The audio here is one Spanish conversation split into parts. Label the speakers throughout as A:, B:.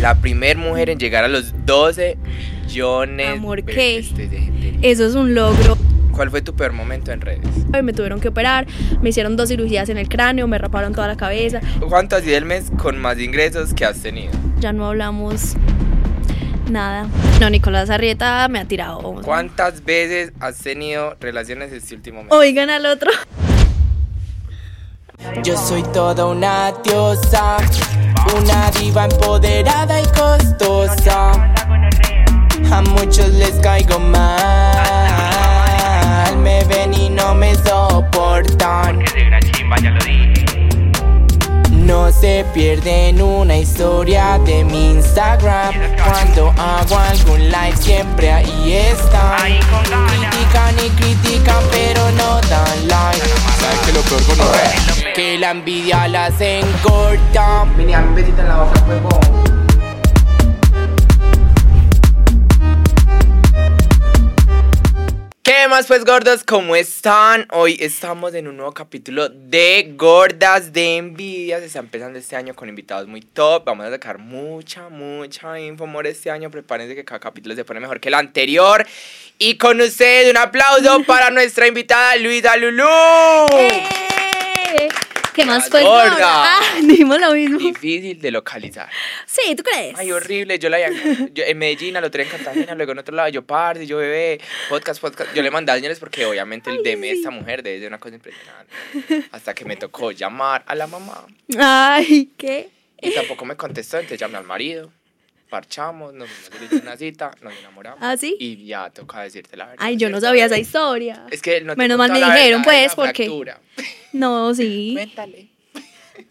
A: la primera mujer en llegar a los 12 millones
B: Amor,
A: Ve,
B: ¿qué? Eh.
A: estoy de gente.
B: Eso es un logro.
A: ¿Cuál fue tu peor momento en redes?
B: Me tuvieron que operar, me hicieron dos cirugías en el cráneo, me raparon toda la cabeza.
A: ¿Cuánto ha sido el mes con más ingresos que has tenido?
B: Ya no hablamos nada. No, Nicolás Arrieta me ha tirado.
A: ¿Cuántas veces has tenido relaciones este último mes?
B: Oigan al otro.
C: Yo soy toda una diosa, una diva empoderada y costosa. A muchos les caigo mal, me ven y no me soportan. No se pierden una historia de mi Instagram. Cuando hago algún live siempre ahí están. Critican y critican pero no dan like. ¿Sabes qué es lo peor con los Que la envidia las encorta. Vení, a besito en la boca, huevón.
A: ¿Qué más pues gordos? ¿Cómo están? Hoy estamos en un nuevo capítulo de Gordas de Envidia. Se está empezando este año con invitados muy top. Vamos a sacar mucha, mucha info, amor, este año. Prepárense que cada capítulo se pone mejor que el anterior. Y con ustedes un aplauso para nuestra invitada Luisa Lulú. Oh.
B: ¡Eh! ¿Qué más fue?
A: Gorda.
B: Ah, dijimos lo mismo.
A: Difícil de localizar.
B: Sí, ¿tú crees?
A: Ay, horrible. Yo la había- yo en Medellín, al otro día en Cartagena, luego en otro lado, yo parce, yo bebé, podcast, podcast. Yo le mandaba señales porque obviamente el DM de esta mujer debe ser una cosa impresionante. Hasta que me tocó llamar a la mamá
B: Ay, ¿qué?
A: y tampoco me contestó, entonces llamé al marido. Parchamos, nos fuimos a hacer una cita, nos enamoramos.
B: ¿Ah, sí?
A: Y ya toca decirte la verdad.
B: Ay, yo no
A: ¿cierto?
B: sabía esa historia.
A: Es que él no te
B: Menos mal
A: contó
B: me
A: la
B: dijeron,
A: verdad de
B: pues,
A: la
B: porque-
A: fractura.
B: No, sí.
A: Cuéntale.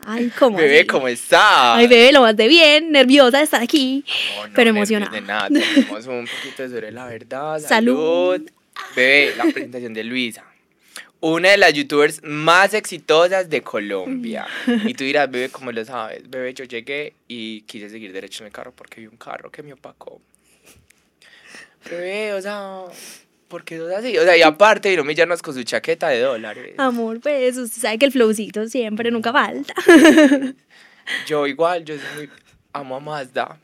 B: Ay, ¿cómo?
A: Bebé,
B: así?
A: ¿cómo está?
B: Ay, bebé, lo más de bien, nerviosa de estar aquí,
A: No, no,
B: pero
A: nervios
B: emocionada.
A: De nada, tenemos un poquito de sobre la verdad.
B: Salud.
A: Salud. Bebé, la presentación de Luisa. Una de las youtubers más exitosas de Colombia.
B: Mm.
A: Y tú dirás, bebé, ¿cómo lo sabes? Bebé, yo llegué y quise seguir derecho en el carro porque vi un carro que me opacó. Bebé, o sea, ¿por qué sos así? O sea, y aparte, vino Millanos con su chaqueta de dólares.
B: Amor, pues usted sabe que el flowcito siempre nunca falta.
A: Yo igual, yo soy muy- amo a Mazda.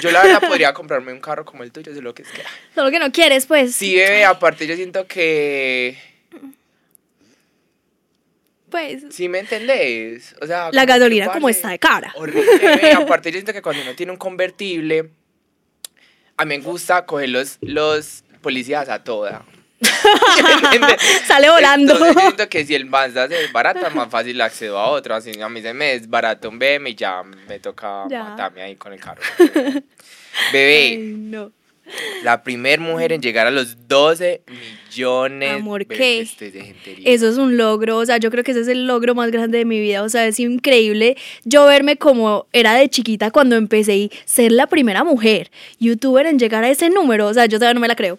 A: Yo la verdad podría comprarme un carro como el tuyo, solo que es que...
B: Solo que no quieres, pues.
A: Sí, bebé, aparte yo siento que...
B: Pues.
A: Sí, ¿me entendés? O sea,
B: La
A: que,
B: gasolina
A: Ah, parce,
B: como está de cara.
A: Horrible, bebé. Aparte yo siento que cuando uno tiene un convertible, a mí me gusta coger los, los policías a toda.
B: Sale volando.
A: Entonces, yo siento que si el Mazda se desbarata, más fácil accedo a otro. Así a mí se me desbarata un BM y ya me toca
B: Ya.
A: matarme ahí con el carro. Bebé,
B: Ay, no.
A: la primer mujer en llegar a los 12 millones
B: Amor,
A: bebé,
B: ¿qué?
A: este, de gente herida.
B: Eso es un logro, o sea, yo creo que ese es el logro más grande de mi vida, o sea, es increíble yo verme como era de chiquita cuando empecé y ser la primera mujer youtuber en llegar a ese número, o sea, yo todavía no me la creo.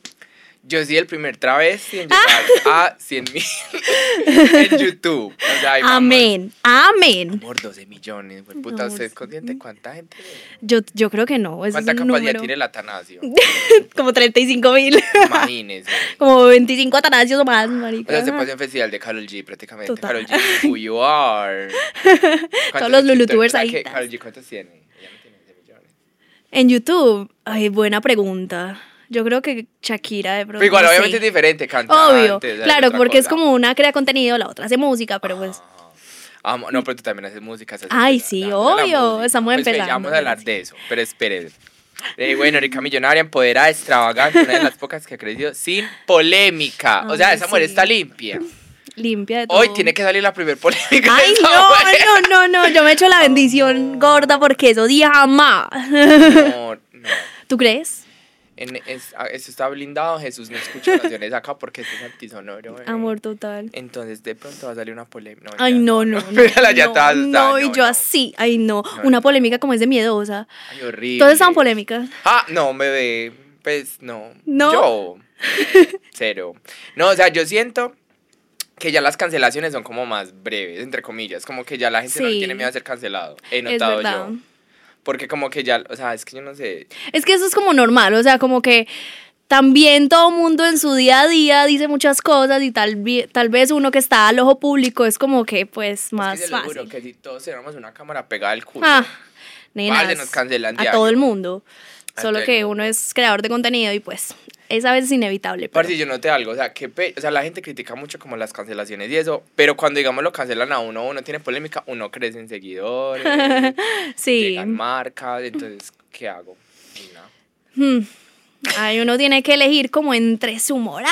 A: Yo soy el primer travesti en llegar
B: Ah.
A: a 100 mil en YouTube. O sea, ay, mamá,
B: Amén, amén.
A: Por 12 millones. güey, puta,
B: No,
A: ¿usted es
B: sí.
A: consciente cuánta gente?
B: Yo, yo creo que no, ese es
A: ¿Cuánta
B: un
A: capacidad
B: número.
A: tiene el Atanasio?
B: Como 35 mil,
A: Imagínense.
B: como 25 atanasios o más,
A: O
B: marica.
A: sea, se pasó en festival de Carol G prácticamente. Karol
B: Total.
A: G, who you are. ¿Cuántos
B: los
A: suscriptores?
B: lulutubers
A: ¿Será
B: ahí
A: que
B: estás.
A: Karol G, ¿cuántos tiene? Ella no tiene 12 millones.
B: En YouTube, ay, buena pregunta. Yo creo que Shakira de pronto.
A: Pero igual,
B: no sé.
A: obviamente es diferente cantante.
B: Obvio,
A: o sea, es
B: claro,
A: otra
B: porque es
A: cosa.
B: como una crea contenido, la otra hace música, pero pues
A: Ah, amo- no, pero tú también haces música. estás
B: Ay,
A: empezando,
B: sí,
A: vamos a la
B: obvio,
A: música.
B: estamos
A: Pues,
B: empezando,
A: Vamos a hablar de eso, pero esperen. Eh, bueno, rica millonaria, empoderada, extravagante, una de las pocas que ha crecido sin polémica. o sea,
B: Ay,
A: esa mujer
B: sí.
A: está limpia.
B: limpia de todo.
A: Hoy tiene que salir la primer polémica. de
B: Ay,
A: esa mujer.
B: no, no, no, no, yo me echo la bendición gorda porque eso día jamás.
A: No, no.
B: ¿Tú crees?
A: En- es- a- eso está blindado. Jesús no escucha oraciones acá porque esto es antisonoro. eh.
B: Amor total.
A: Entonces, de pronto va a salir una polémica.
B: Ay,
A: mentira,
B: no, no.
A: Mírala, ya
B: no,
A: estaba asustada,
B: no, y yo
A: no.
B: así, ay, no.
A: No,
B: Una
A: no.
B: polémica como es de miedosa.
A: Ay, horrible.
B: Todas están polémicas.
A: Ah, no, bebé. Pues no.
B: No.
A: Yo. Cero. No, o sea, yo siento que ya las cancelaciones son como más breves, entre comillas. Como que ya la gente no
B: Sí.
A: le tiene miedo a ser cancelado. He
B: Es
A: notado
B: verdad.
A: yo. Porque como que ya, o sea, es que yo no sé.
B: Es que eso es como normal, o sea, como que también todo mundo en su día a día dice muchas cosas y tal, vi- tal vez uno que está al ojo público es como que pues más
A: es que yo les juro
B: fácil.
A: que si todos tenemos una cámara pegada al culo.
B: Ah, nenas,
A: Vale, nos cancelan
B: a
A: diario.
B: todo el mundo.
A: A
B: Solo
A: todo el
B: que uno es creador de contenido y pues esa vez es inevitable. pero-
A: Parce, yo noté algo, o sea, que o sea, la gente critica mucho como las cancelaciones y eso, pero cuando digamos lo cancelan a uno, uno tiene polémica, uno crece en seguidores,
B: sí.
A: llegan marcas, entonces, ¿qué hago? Y nada.
B: Hmm. Ahí uno tiene que elegir como entre su moral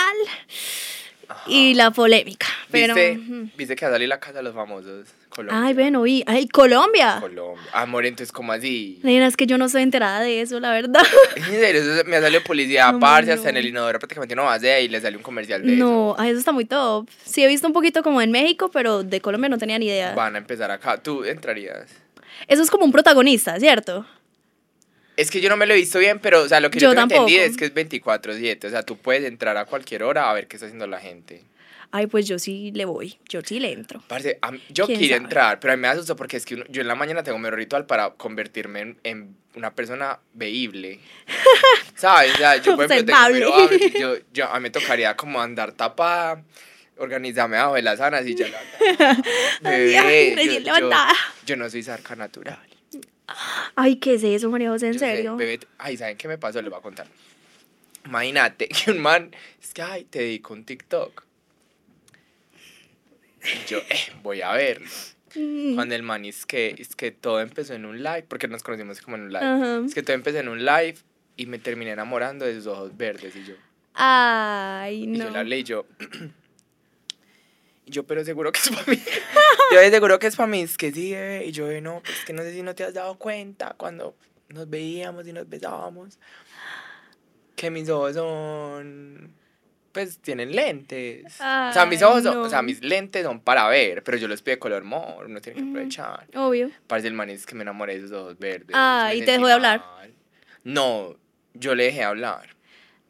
B: y la polémica. Pero.
A: ¿Viste,
B: ujú.
A: viste que va a salir la casa de los famosos? Colombia.
B: Ay, bueno, y. Ay, Colombia.
A: Colombia. Amor, entonces, ¿cómo así?
B: Nena, es que yo no soy enterada de eso, la verdad.
A: En serio, eso se- me ha salido publicidad
B: No,
A: aparte,
B: no.
A: hasta en el inodoro prácticamente no base y le sale un comercial de
B: No, ay, eso está muy top. Sí, he visto un poquito como en México, pero de Colombia no tenía ni idea.
A: eso. Van a empezar acá. ¿Tú entrarías?
B: Eso es como un protagonista, ¿cierto?
A: Es que yo no me lo he visto bien, pero o sea, lo que yo,
B: Yo
A: tengo entendí
B: tampoco.
A: es que es 24-7. O sea, tú puedes entrar a cualquier hora a ver qué está haciendo la gente.
B: Ay, pues yo sí le voy, yo sí le entro.
A: Parce, a mí- yo
B: ¿Quién
A: quiero
B: sabe?
A: entrar, pero a mí me asusta porque es que uno- yo en la mañana tengo mi ritual para convertirme en, en una persona veíble. ¿Sabes? O sea, yo por ejemplo, tengo
B: Observable.
A: miedo a abrir, yo, yo- a mí me tocaría como andar tapada, organizarme bajo de las sábanas y ya la- Bebé,
B: ay,
A: yo-
B: recién
A: yo,
B: levantada.
A: yo no soy zarca natural.
B: Ay, ¿qué es eso, María José? ¿En
A: Yo sé,
B: serio?
A: bebé, t- ay, ¿saben qué me pasó? Les voy a contar. Imagínate que un man, es que, ay, te dedico un TikTok. Y Yo, eh, voy a verlo.
B: Mm.
A: Cuando el man es que, es que todo empezó en un live, porque nos conocimos como en un live.
B: Ajá.
A: Es que todo empezó en un live y me terminé enamorando de sus ojos verdes. Y yo,
B: Ay,
A: y
B: no.
A: yo le hablé y yo. y yo, pero seguro que es para mí. yo, "Eh, seguro que es para mí. Es que sí, bebé. Y yo, "Eh, no, pues que no sé si no te has dado cuenta cuando nos veíamos y nos besábamos. Que mis ojos son. Pues tienen lentes. o sea, mis
B: Ay,
A: ojos, son- o sea,
B: no.
A: mis lentes son para ver, pero yo los pido de color mor, uno tiene que
B: Ujú.
A: aprovechar.
B: Obvio.
A: Parece el man es que me enamoré de esos ojos verdes. me
B: Ay, ¿te
A: sentí
B: dejó de hablar?
A: mal. No, yo le dejé hablar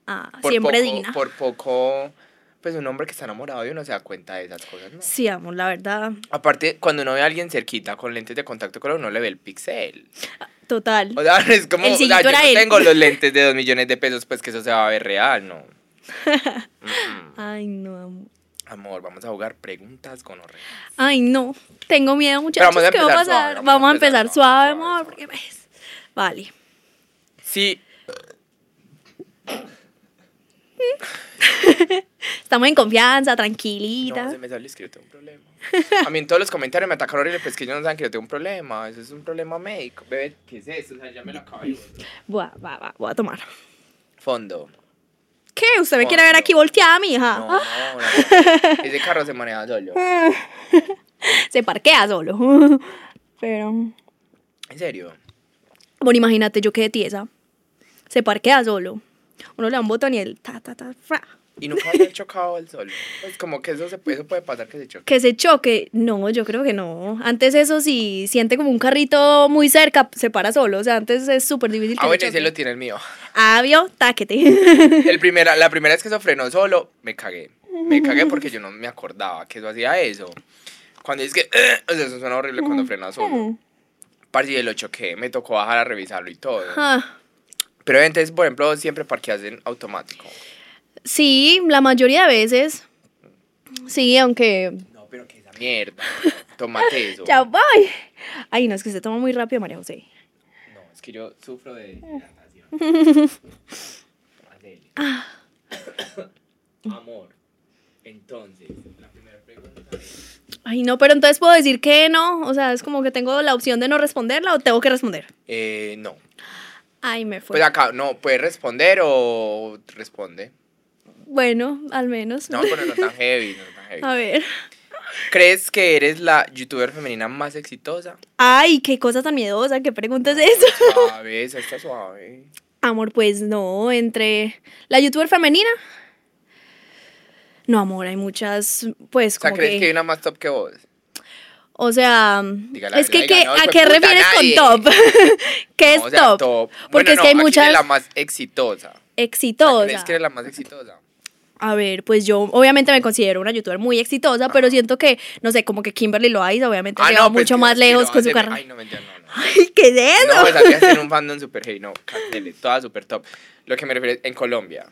B: Ah, siempre
A: poco,
B: digna.
A: Por poco, pues un hombre que está enamorado de uno se da cuenta de esas cosas, ¿no?
B: Sí, amor, la verdad.
A: Aparte, cuando uno ve a alguien cerquita con lentes de contacto color, uno le ve el pixel.
B: Total.
A: O sea, es como,
B: El
A: o sea,
B: sillito
A: yo
B: era
A: no
B: él.
A: tengo los lentes de dos millones de pesos, pues que eso se va a ver real, ¿no? Mm, mm.
B: Ay, no, amor.
A: Amor, vamos a jugar preguntas con horror.
B: Ay, no. Tengo miedo, muchachos.
A: vamos a
B: ¿Qué va a
A: empezar
B: pasar?
A: suave,
B: vamos, a empezar suave, amor. Porque ves. Vale.
A: Sí,
B: Estamos en confianza,
A: no,
B: tranquilita.
A: se me sale es que yo tengo un problema. A mí en todos los comentarios me atacan horrible, pues que ellos no saben que yo tengo un problema. Eso es un problema médico. Bebé, ¿qué es eso? O sea, ya me lo acabo. de-
B: Voy, a, va, va, voy a tomar.
A: Fondo.
B: ¿Qué? ¿Usted me
A: Bueno.
B: quiere ver aquí volteada, mija?
A: No, no,
B: Ah,
A: no, no. Ese carro se maneja solo.
B: Se parquea solo. Pero.
A: En serio.
B: Bueno, imagínate, yo quedé tiesa. Se parquea solo. Uno le da un botón y él. Ta, ta, ta, fra.
A: Y nunca había chocado el solo. Pues como que eso, se, puede- eso puede pasar que se choque.
B: Que se choque. No, yo creo que no. Antes, eso si siente como un carrito muy cerca, se para solo. O sea, antes es súper difícil. Que
A: Ah,
B: se
A: bueno,
B: choque.
A: ese lo tiene el mío.
B: Ah, vio, táquete.
A: El primera, la primera vez que eso frenó solo, me cagué. Me cagué porque yo no me acordaba que eso hacía eso. Cuando es que... o sea, eso suena horrible
B: Mm.
A: cuando frena solo. Parce, y lo choqué, me tocó bajar a revisarlo y todo.
B: Ah,
A: Pero entonces, por ejemplo, siempre parqueas en automático.
B: sí, la mayoría de veces. Sí, aunque.
A: No, pero que esa mierda. Tómate eso.
B: Ya voy. Ay, no, es que se toma muy rápido, María José.
A: No, es que yo sufro de
B: Mm.
A: hidratación. Adele.
B: Ah.
A: Amor. Entonces, la primera pregunta es,
B: Ay, no, pero entonces puedo decir que no. O sea, es como que tengo la opción de no responderla o tengo que responder.
A: Eh, no.
B: Ay, me fue.
A: Pues acá, no, puedes responder o responde.
B: bueno, al menos.
A: No, pero no tan heavy, no tan heavy.
B: A ver.
A: ¿Crees que eres la youtuber femenina más exitosa?
B: Ay, qué cosa tan miedosa, qué pregunta es eso.
A: Está Suave, esa está suave.
B: Amor, pues no, entre la youtuber femenina. No, amor, hay muchas, pues
A: O sea,
B: como
A: ¿crees
B: que,
A: que hay una más top que vos?
B: o sea,
A: la
B: es que
A: verdad,
B: ¿qué-
A: diga, no,
B: ¿a
A: hijo de
B: qué
A: puta,
B: refieres
A: nadie.
B: con top? ¿Qué es
A: No, o sea,
B: top?
A: Bueno,
B: Porque es
A: no,
B: que hay
A: ¿a quién es
B: muchas
A: la más exitosa. O sea, ¿Crees
B: exitosas.
A: que eres la más exitosa?
B: A ver, pues yo obviamente me considero una youtuber muy exitosa, pero siento que, no sé, como que Kimberly Loaiza obviamente ha llegado
A: pues
B: mucho
A: que-
B: más
A: que
B: lejos
A: lo
B: con su
A: hacen-
B: carrera. Ah,
A: Ay, no, mentira, no, no.
B: Ay, ¿qué es eso?
A: No, pues había ser un fandom super hey, no, cancele, toda super top. Lo que me refiero es en Colombia.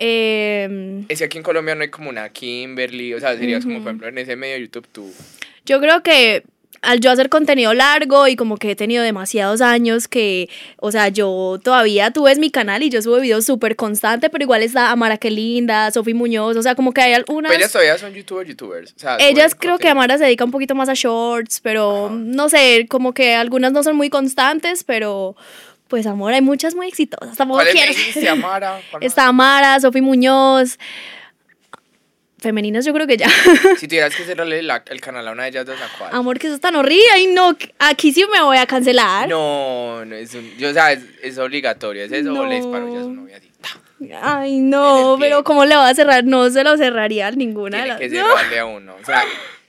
B: Em,
A: Es que aquí en Colombia no hay como una Kimberly, o sea, serías como, por ejemplo, en ese medio de YouTube tú.
B: Yo creo que al yo hacer contenido largo y como que he tenido demasiados años que, o sea, yo todavía, tú ves mi canal y yo subo videos súper constante, pero igual está Amara que linda, Sofi Muñoz, o sea, como que hay algunas...
A: Pero Pues ellas todavía son youtubers, youtubers. O sea,
B: Ellas
A: suben
B: creo que
A: contenido.
B: Amara se dedica un poquito más a shorts, pero
A: Ah, Ajá.
B: no sé, como que algunas no son muy constantes, pero pues amor, hay muchas muy exitosas. Tampoco
A: ¿Cuál es?
B: quiero.
A: Me dijiste, Amara. ¿Cuál más?
B: Está Amara, Sofi Muñoz. Femeninas yo creo que ya.
A: Si tuvieras que cerrarle la- el canal a una de ellas dos, ¿a cuál?
B: Amor, que eso es tan horrible. Ay, no, aquí sí me voy a cancelar.
A: No, no es un. Yo, o sea, es, es obligatorio. Es eso o le disparo ya a su
B: No.
A: novia así. ta,
B: Ay,
A: En
B: no,
A: el pie.
B: pero ¿cómo le va a cerrar? No se lo cerraría a ninguna de
A: Tiene
B: las
A: que
B: no.
A: cerrarle a uno. O sea,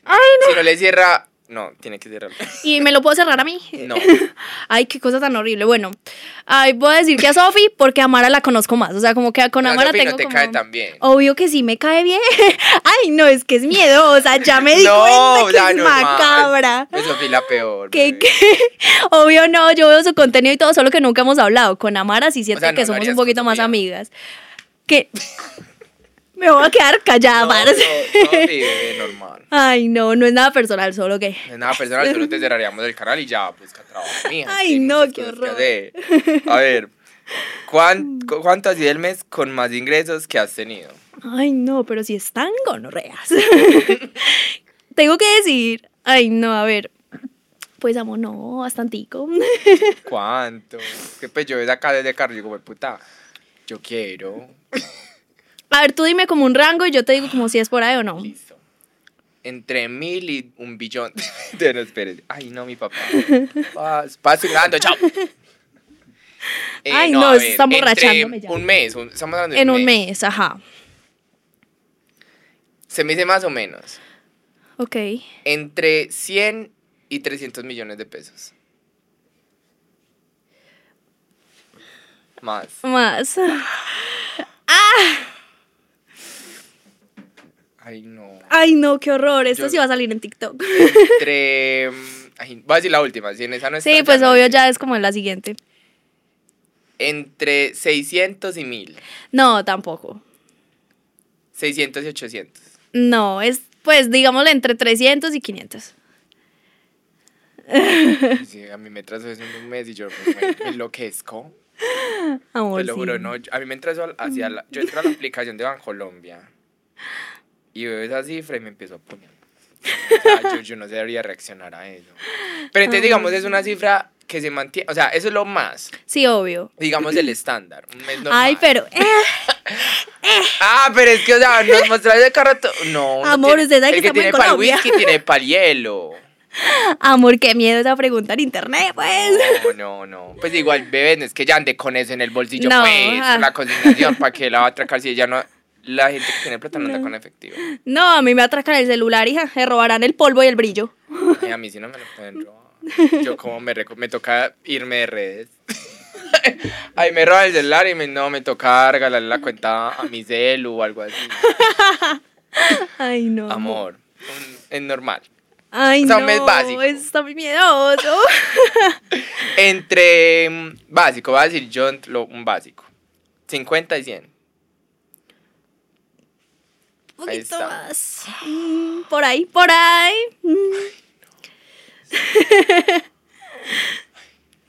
B: Ay,
A: si no le cierra. No, tiene que cerrarle.
B: ¿Y me lo puedo cerrar a mí?
A: No.
B: Ay, qué cosa tan horrible. Bueno, ay, voy a decir que a Sofi porque a Amara la conozco más. O sea, como que con
A: La
B: Amara
A: Sofi
B: tengo
A: no te
B: como- Oh,
A: cae tan bien.
B: Obvio que sí me cae bien. Ay, no, es que es miedosa. Ya me di
A: no,
B: cuenta que
A: ya
B: es
A: no es más.
B: macabra.
A: Es Sofía la peor.
B: Que,
A: bebé.
B: que- obvio no, yo veo su contenido y todo, solo que nunca hemos hablado. Con Amara sí siento
A: sea, no
B: que
A: lo
B: somos
A: harías
B: un poquito
A: con
B: más
A: Sofía.
B: amigas. Que me voy a quedar callada,
A: No, no,
B: parce.
A: Sofi, bebé, normal.
B: Ay, no, no es nada personal, solo que.
A: No es nada pues, personal, solo te cerraríamos el canal y ya, pues que trabajo mía.
B: Ay,
A: sí,
B: no,
A: muchas
B: qué
A: cosas que
B: horror. Mm.
A: hacer. A ver, ¿cuán- cu- ¿cuánto ha sido el mes con más ingresos que has tenido?
B: Ay, no, pero si están gonorreas. Tengo que decir, ay, no, a ver. Pues amo, no, bastantico.
A: ¿Cuánto? Que pues yo desde acá desde carro, digo, "Güey, puta, yo quiero.
B: A ver, tú dime como un rango y yo te digo como si es por ahí o no.
A: Listo. Entre mil y un billón. de no, espérate. Ay, no, mi papá. Pas, pasurando, chao. Eh,
B: Ay, no,
A: a
B: se está
A: entre
B: borrachándome ya.
A: Un mes, un- estamos hablando de
B: En un mes, ajá.
A: Se me dice más o menos.
B: Ok.
A: entre 100 y 300 millones de pesos. Más.
B: Más.
A: Ay, no.
B: Ay, no, qué horror. Esto
A: Yo-
B: sí va a salir en TikTok.
A: Entre. mm, Ay, voy a decir la última. Si en esa no está,
B: Sí,
A: ya
B: pues
A: no
B: obvio
A: es.
B: ya es como la siguiente.
A: Entre 600 y 1000.
B: No, tampoco.
A: 600 y 800.
B: No, es pues digámosle entre 300 y 500.
A: Sí, a mí me trazo eso en un mes y yo pues, me, me enloquezco.
B: Amor,
A: Te lo
B: sí.
A: juro, no. yo- A mí me entró eso al- hacia la. Yo entro a la aplicación de Bancolombia y veo esa cifra y me empiezo a poner. O sea, yo, yo no sabría reaccionar a eso. Pero entonces, digamos, es una cifra que se mantiene. O sea, eso es lo más.
B: Sí, obvio.
A: Digamos, el estándar. Un mes normal.
B: Ay, pero eh,
A: Ah, pero es que, o sea, nos mostraste el carro. to- No. uno
B: Amor,
A: tiene-
B: usted sabe que
A: El que
B: estamos
A: tiene
B: en
A: para
B: Colombia.
A: whisky tiene para hielo.
B: amor, qué miedo esa pregunta en internet, pues.
A: No, no, no. Pues igual, bebé, no es que ya ande con eso en el bolsillo,
B: No,
A: pues,
B: ah.
A: con la consignación, ¿para que la va a atracar si ella no... La gente que tiene plata no anda con efectivo.
B: No, a mí me atracan el celular, hija. Me robarán el polvo y el brillo.
A: Ay, a mí sí no me lo pueden robar. Yo como me, reco- me toca irme de redes. Ay, me roban el celular y me, no, me toca regalarle la cuenta a mi celu o algo así.
B: Ay, no.
A: Amor, un- es normal.
B: Ay,
A: O sea,
B: no.
A: un mes básico.
B: Eso está muy miedoso.
A: Entre mm, básico, voy a decir yo ent- lo- un básico. 50 y 100.
B: Un poquito
A: está.
B: más. Mm, por ahí, por ahí.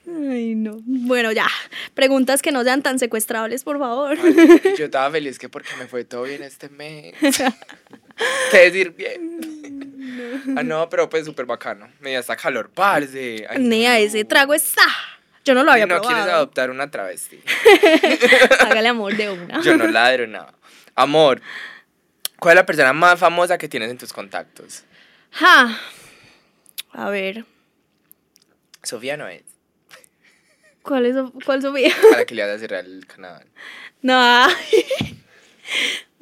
B: Mm. Ay, no. Bueno, ya. Preguntas que no sean tan secuestrables, por favor.
A: Ay, yo estaba feliz que porque me fue todo bien este mes. Te
B: Mm,
A: decir bien. Ah, no, pero pues súper bacano. Me dio hasta calor, parce. Ay, no,
B: Nea,
A: no.
B: ese trago está. Yo no lo
A: Y
B: había
A: no quieres
B: probado.
A: adoptar una travesti.
B: Hágale amor de una.
A: Yo no ladro nada. Amor, ¿cuál es la persona más famosa que tienes en tus contactos?
B: Ja. A ver.
A: Sofía no es.
B: ¿Cuál es cuál Sofía?
A: Para que le hagas cerrar el canal.
B: No.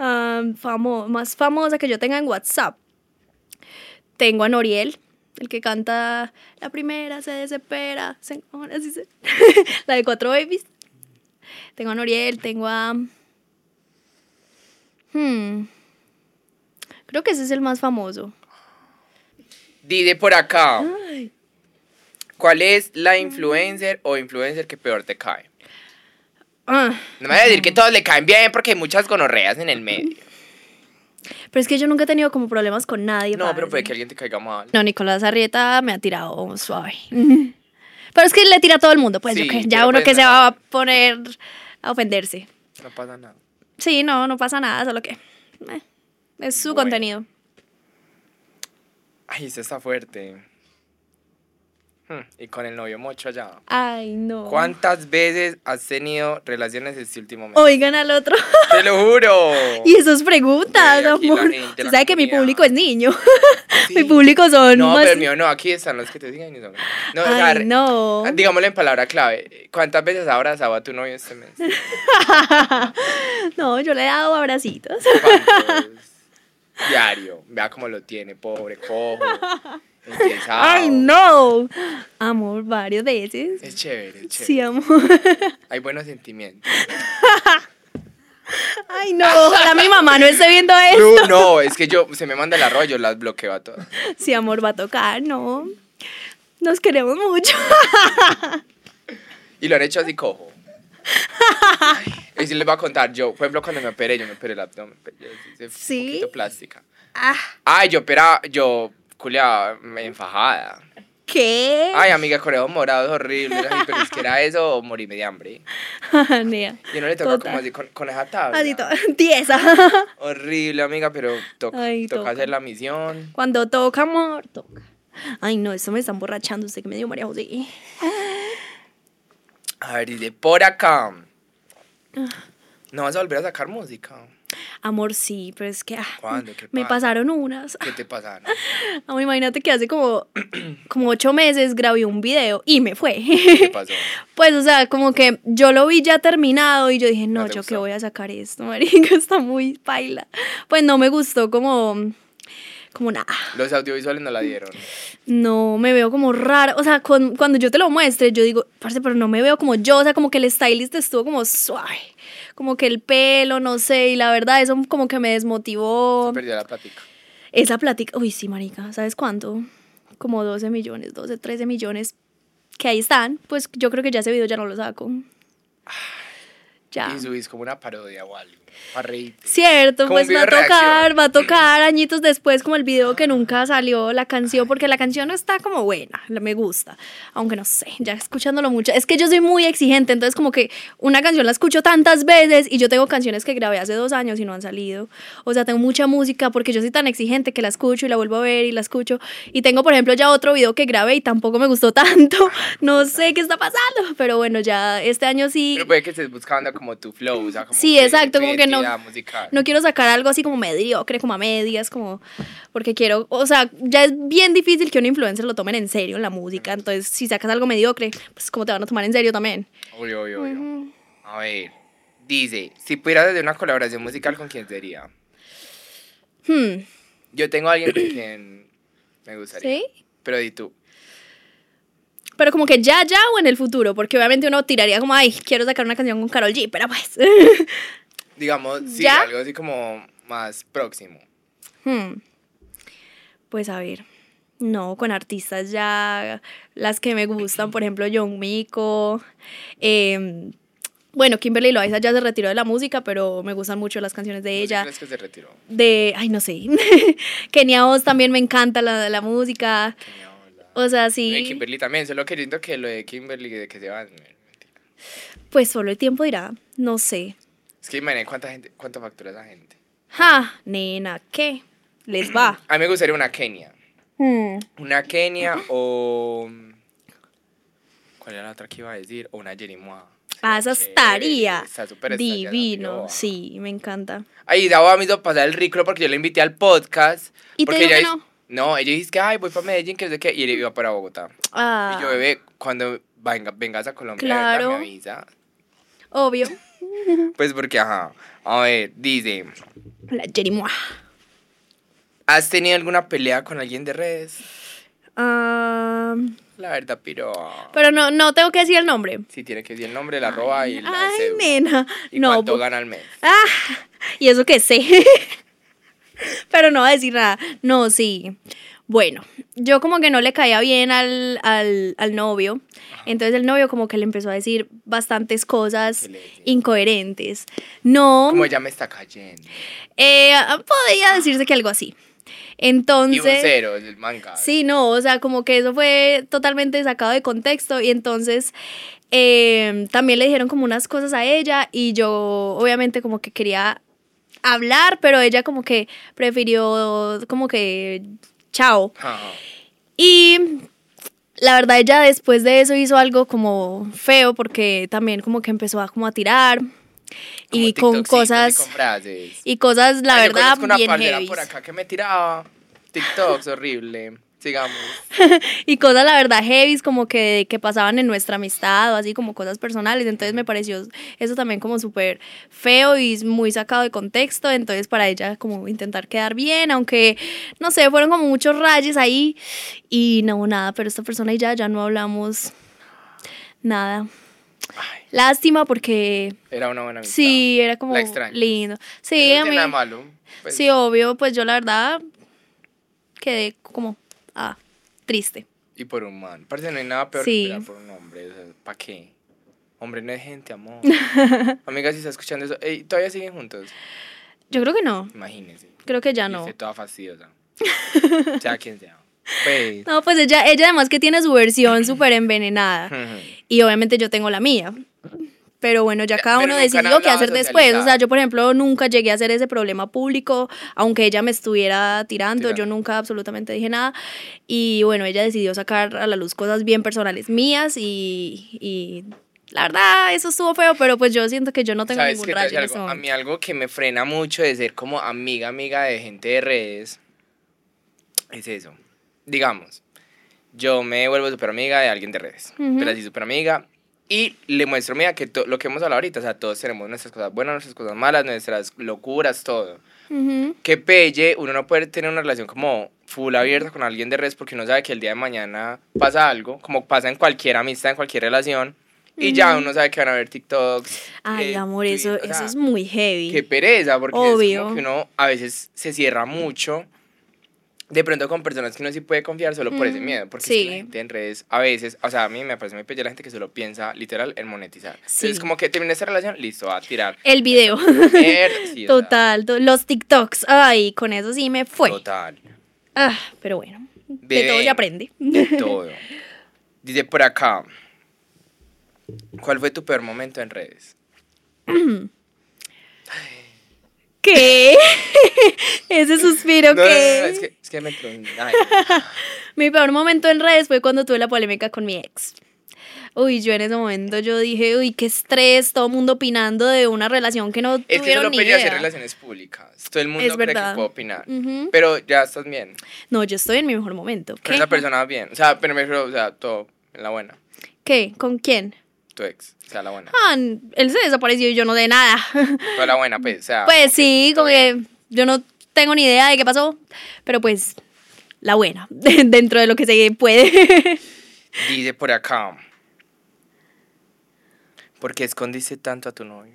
B: Am, famo- más famosa que yo tenga en WhatsApp. Tengo a Noriel, el que canta La primera se desespera. se encojona, así se- la de Cuatro Babies. Tengo a Noriel, tengo a. Hmm. Creo que ese es el más famoso.
A: Dice por acá,
B: Ay.
A: ¿cuál es la
B: Mm.
A: influencer o influencer que peor te cae?
B: Ah.
A: No me voy a decir que todos le caen bien porque hay muchas gonorreas en el medio.
B: Pero es que yo nunca he tenido como problemas con nadie.
A: No,
B: padre,
A: pero puede
B: ¿sí?
A: que alguien te caiga mal.
B: No, Nicolás Arrieta me ha tirado suave. Pero es que le tira a todo el mundo, pues
A: Sí,
B: yo qué, ya
A: pero
B: uno
A: pues
B: que se
A: no.
B: va a poner a ofenderse.
A: No pasa nada.
B: Sí, no, no pasa nada, solo que eh, es su
A: Bueno.
B: contenido.
A: Ay, ese está fuerte. Hmm, Y con el novio mocho allá.
B: Ay, no.
A: ¿Cuántas veces has tenido relaciones este último mes?
B: Oigan al otro.
A: ¡Te lo juro!
B: y esas preguntas,
A: Oh. Ve, aquí la
B: amor.
A: gente,
B: Usted
A: la
B: sabe que mi
A: comunidad.
B: público es niño.
A: Sí.
B: mi público son
A: No,
B: más.
A: pero el mío no, aquí están los que te digan. y son- No, o sea,
B: Ay,
A: re-
B: no.
A: Digámoslo en palabra clave. ¿Cuántas veces has abrazado a tu novio este mes?
B: No, yo le he dado abracitos.
A: ¿Cuántos? Diario. Vea cómo lo tiene, pobre, cojo. empiezao.
B: Ay, no. Amor, varias veces.
A: Es chévere, es chévere.
B: Sí, amor.
A: Hay buenos sentimientos.
B: Ay, no. Ojalá mi mamá no esté viendo
A: No,
B: esto.
A: no, es que yo se me manda el arroyo, las bloqueo a todas.
B: Sí, amor, va a tocar, no. Nos queremos mucho.
A: Y lo han hecho así cojo. Y si les voy a contar, yo, por ejemplo, cuando me operé, yo me operé el abdomen. pues, yo hice
B: ¿Sí?
A: Un poquito plástica.
B: Ah,
A: Ay, yo operaba, yo, culia, me enfajada.
B: ¿Qué?
A: Ay, amiga, coreo morado es horrible. Ay, pero es que era eso o morirme de hambre.
B: Ah, Nea.
A: Y no le toca
B: Total.
A: como así con, con esa tabla.
B: Así todo. Tiesa.
A: Horrible, amiga, pero to-
B: Ay,
A: toca,
B: toca.
A: hacer la misión.
B: Cuando toca, amor, toca. Ay, no, eso me está emborrachando. Usted que me dio María José.
A: A ver, dice, por acá.
B: Ah.
A: No vas a volver a sacar música.
B: Amor, sí, pero es que. ah,
A: ¿Cuándo? ¿Qué
B: me
A: pasa?
B: pasaron unas.
A: ¿Qué te pasaron?
B: Amor, imagínate que hace como, como ocho meses grabé un video y me fue.
A: ¿Qué pasó?
B: Pues, o sea, como que yo lo vi ya terminado y yo dije, no,
A: No te
B: yo qué
A: gustó.
B: voy a sacar esto, marica, está muy paila. Pues no me gustó como, como nada.
A: Los audiovisuales no la dieron.
B: No, me veo como rara. O sea, con- cuando yo te lo muestre, yo digo, parce, pero no me veo como yo. O sea, como que el stylist estuvo como suave. Como que el pelo, no sé. Y la verdad, eso como que me desmotivó.
A: Se perdió la plática.
B: Esa plática, uy, sí, marica, ¿sabes cuánto? Como 12 millones, 12, 13 millones que ahí están. Pues yo creo que ya ese video ya no lo saco. Ya.
A: Y subís como una parodia o algo. Para reírte.
B: Cierto,
A: Como
B: pues
A: un
B: va a
A: video de
B: tocar,
A: reacción.
B: va a tocar añitos después como el video que nunca salió, la canción, porque la canción no está como buena, la- me gusta, aunque no sé, ya escuchándolo mucho, es que yo soy muy exigente, entonces como que una canción la escucho tantas veces y yo tengo canciones que grabé hace dos años y no han salido, o sea, tengo mucha música porque yo soy tan exigente que la escucho y la vuelvo a ver y la escucho, y tengo por ejemplo ya otro video que grabé y tampoco me gustó tanto, no sé qué está pasando, pero bueno, ya este año sí...
A: Pero puede que estés buscando como tu flow, o sea, como
B: Sí,
A: que
B: exacto,
A: tu
B: como que no-
A: identidad musical.
B: No quiero sacar algo así como mediocre, como a medias, como porque quiero, o sea, ya es bien difícil que un influencer lo tomen en serio en la música, entonces si sacas algo mediocre, pues como te van a tomar en serio también.
A: Obvio, obvio, obvio. A ver, dice, si pudieras hacer una colaboración musical, ¿con quién sería?
B: Hmm,
A: Yo tengo a alguien con quien me gustaría.
B: ¿Sí?
A: Pero di tú.
B: Pero como que ya, ya o en el futuro, porque obviamente uno tiraría como, ay, quiero sacar una canción con Carol G, pero pues.
A: Digamos, sí,
B: ¿Ya?
A: algo así como más próximo.
B: Hmm. Pues a ver, no, con artistas ya, las que me gustan, por ejemplo, John Miko. eh, bueno, Kimberly Loaiza ya se retiró de la música, pero me gustan mucho las canciones de ella.
A: ¿Crees que se retiró?
B: De, ay, no sé. Kenia Oz también me encanta la, la música.
A: Tenía hola.
B: O sea,
A: Lo de
B: sí.
A: Kimberly también, solo queriendo que lo de Kimberly, de que se van. mentira.
B: Pues solo el tiempo dirá, no sé.
A: Es que imaginé cuánta gente, cuánto factura esa gente.
B: Ja, nena, ¿qué? Les va.
A: A mí me gustaría una Kenia.
B: Hmm.
A: Una Kenia o. ¿Cuál era la otra que iba a decir? O una Jerimoa.
B: Ah, esa estaría
A: Está súper estallada,
B: divino.
A: pero-
B: Sí, me encanta.
A: Ay, Davo me hizo pasar el riclo porque yo la invité al podcast.
B: Y te
A: porque
B: dijo
A: ella
B: que
A: dice-
B: no.
A: No, ella dice que, ay, voy para Medellín, que no sé qué, y ella iba para Bogotá.
B: Ah,
A: Y yo, bebé, cuando venga- vengas a Colombia, de verdad,
B: Claro.
A: me avisa.
B: obvio.
A: Pues porque, ajá. A ver, dice,
B: La Jerimoa.
A: ¿has tenido alguna pelea con alguien de redes?
B: Ah,
A: La verdad, piro.
B: pero no, no tengo que decir el nombre.
A: Si tiene que decir el nombre, la arroba y la
B: Ay,
A: cédula.
B: nena.
A: ¿Y
B: no,
A: cuánto
B: bu-
A: gana al mes?
B: Ah, y eso que sé. Pero no va a decir nada. No, sí. Bueno, yo como que no le caía bien al, al, al novio, entonces el novio como que le empezó a decir bastantes cosas
A: ¿Qué le decía?
B: incoherentes. No,
A: Como ya me está cayendo.
B: eh, podía decirse que algo así.
A: Y
B: Entonces...
A: vocero, el manga.
B: Sí, no, o sea, como que eso fue totalmente sacado de contexto y entonces eh, también le dijeron como unas cosas a ella y yo obviamente como que quería hablar, pero ella como que prefirió como que chao.
A: Ajá.
B: Y la verdad ella después de eso hizo algo como feo porque también como que empezó a como a tirar y
A: Como
B: con
A: TikToksitos y
B: cosas
A: con frases.
B: y cosas la
A: Ay, yo
B: verdad
A: conozco una
B: bien
A: parcera
B: heavies.
A: por acá que me tiraba TikToks horrible. Sigamos.
B: y cosas la verdad heavy como que, que pasaban en nuestra amistad o así como cosas personales entonces me pareció eso también como súper feo y muy sacado de contexto entonces para ella como intentar quedar bien aunque no sé fueron como muchos rayos ahí y no nada pero esta persona y ya ya no hablamos nada
A: Ay,
B: lástima porque
A: era una buena amistad.
B: sí era como
A: La extraño.
B: lindo sí
A: Eso
B: a
A: no tiene
B: mí
A: nada malo. pues.
B: sí obvio pues yo la verdad quedé como ah triste
A: Y por un man. Parece no hay nada peor
B: Sí.
A: que esperar por un hombre. O sea, ¿Para qué? Hombre no es gente, amor. Amiga, si está escuchando eso. Ey, ¿Todavía siguen juntos?
B: yo creo que no
A: Imagínense.
B: Creo que ya
A: Y
B: no.
A: esté toda fastidiosa. sea quien sea. Pues.
B: No, pues ella, ella además que tiene su versión súper envenenada.
A: Pues.
B: Y obviamente yo tengo la mía. Pero bueno, ya
A: Ya,
B: cada
A: pero
B: uno
A: nunca han
B: decidió qué
A: hablado de
B: hacer después. O sea,
A: socializar.
B: yo, por ejemplo, nunca llegué a hacer ese problema público, aunque ella me estuviera tirando. Yo
A: Tirando.
B: nunca absolutamente dije nada. Y bueno, ella decidió sacar a la luz cosas bien personales mías y. y la verdad, eso estuvo feo, pero pues yo siento que yo no tengo
A: ¿Sabes
B: ningún
A: qué? Te voy a
B: rayo
A: decir
B: en este
A: algo? A mí
B: momento.
A: algo que me frena mucho de ser como amiga, amiga de gente de redes es eso. Digamos, yo me vuelvo súper amiga de alguien de redes,
B: Ujú.
A: pero así súper amiga. Y le muestro, mira, que to- lo que hemos hablado ahorita, o sea, todos tenemos nuestras cosas buenas, nuestras cosas malas, nuestras locuras, todo.
B: Ujú.
A: Que pelle, uno no puede tener una relación como full abierta con alguien de redes porque uno sabe que el día de mañana pasa algo, como pasa en cualquier amistad, en cualquier relación, y ya uno sabe que van a ver TikToks.
B: Ay,
A: eh,
B: amor,
A: tweets,
B: eso,
A: o
B: eso
A: sea,
B: es muy heavy.
A: Qué pereza, porque es
B: Obvio.
A: como que uno a veces se cierra mucho. De pronto con personas que uno sí puede confiar solo por ese
B: Mm,
A: miedo, porque es que
B: sí.
A: la gente en redes a veces, o sea, a mí me parece muy pelle la gente que solo piensa literal en monetizar.
B: Sí.
A: Entonces es como que termina esa relación, listo, a tirar.
B: El video.
A: Mierda, sí, o sea,
B: Total, to- los TikToks. Ay, con eso sí me fue.
A: Total.
B: Ah, pero bueno, de
A: Bebé.
B: todo se aprende.
A: Todo. Dice por acá, ¿cuál fue tu peor momento en redes?
B: ¿Qué? Ese suspiro
A: No, no, no, no,
B: que...
A: es que, es que me entró un- ay,
B: Mi peor momento en redes fue cuando tuve la polémica con mi ex. Uy, yo en ese momento yo dije, uy, qué estrés, todo el mundo opinando de una relación que no
A: Es que solo
B: tuvieron ni
A: pedí
B: idea.
A: hacer relaciones públicas. Todo el mundo
B: Es
A: cree
B: verdad.
A: que puedo opinar.
B: Ujú.
A: Pero ya estás bien.
B: No, yo estoy en mi mejor momento.
A: Con
B: ¿Qué?
A: esa persona bien. O sea, pero me refiero, o sea, todo en la buena.
B: ¿Qué? ¿Con quién?
A: Tu ex. O sea, la buena.
B: Ah, él se desapareció y yo no de nada.
A: Toda la buena, pues. O sea,
B: Pues
A: como
B: sí,
A: que todo
B: como que yo no tengo ni idea de qué pasó, pero pues la buena, dentro de lo que se puede.
A: bien. Dice por acá. ¿Por qué escondiste tanto a tu novio?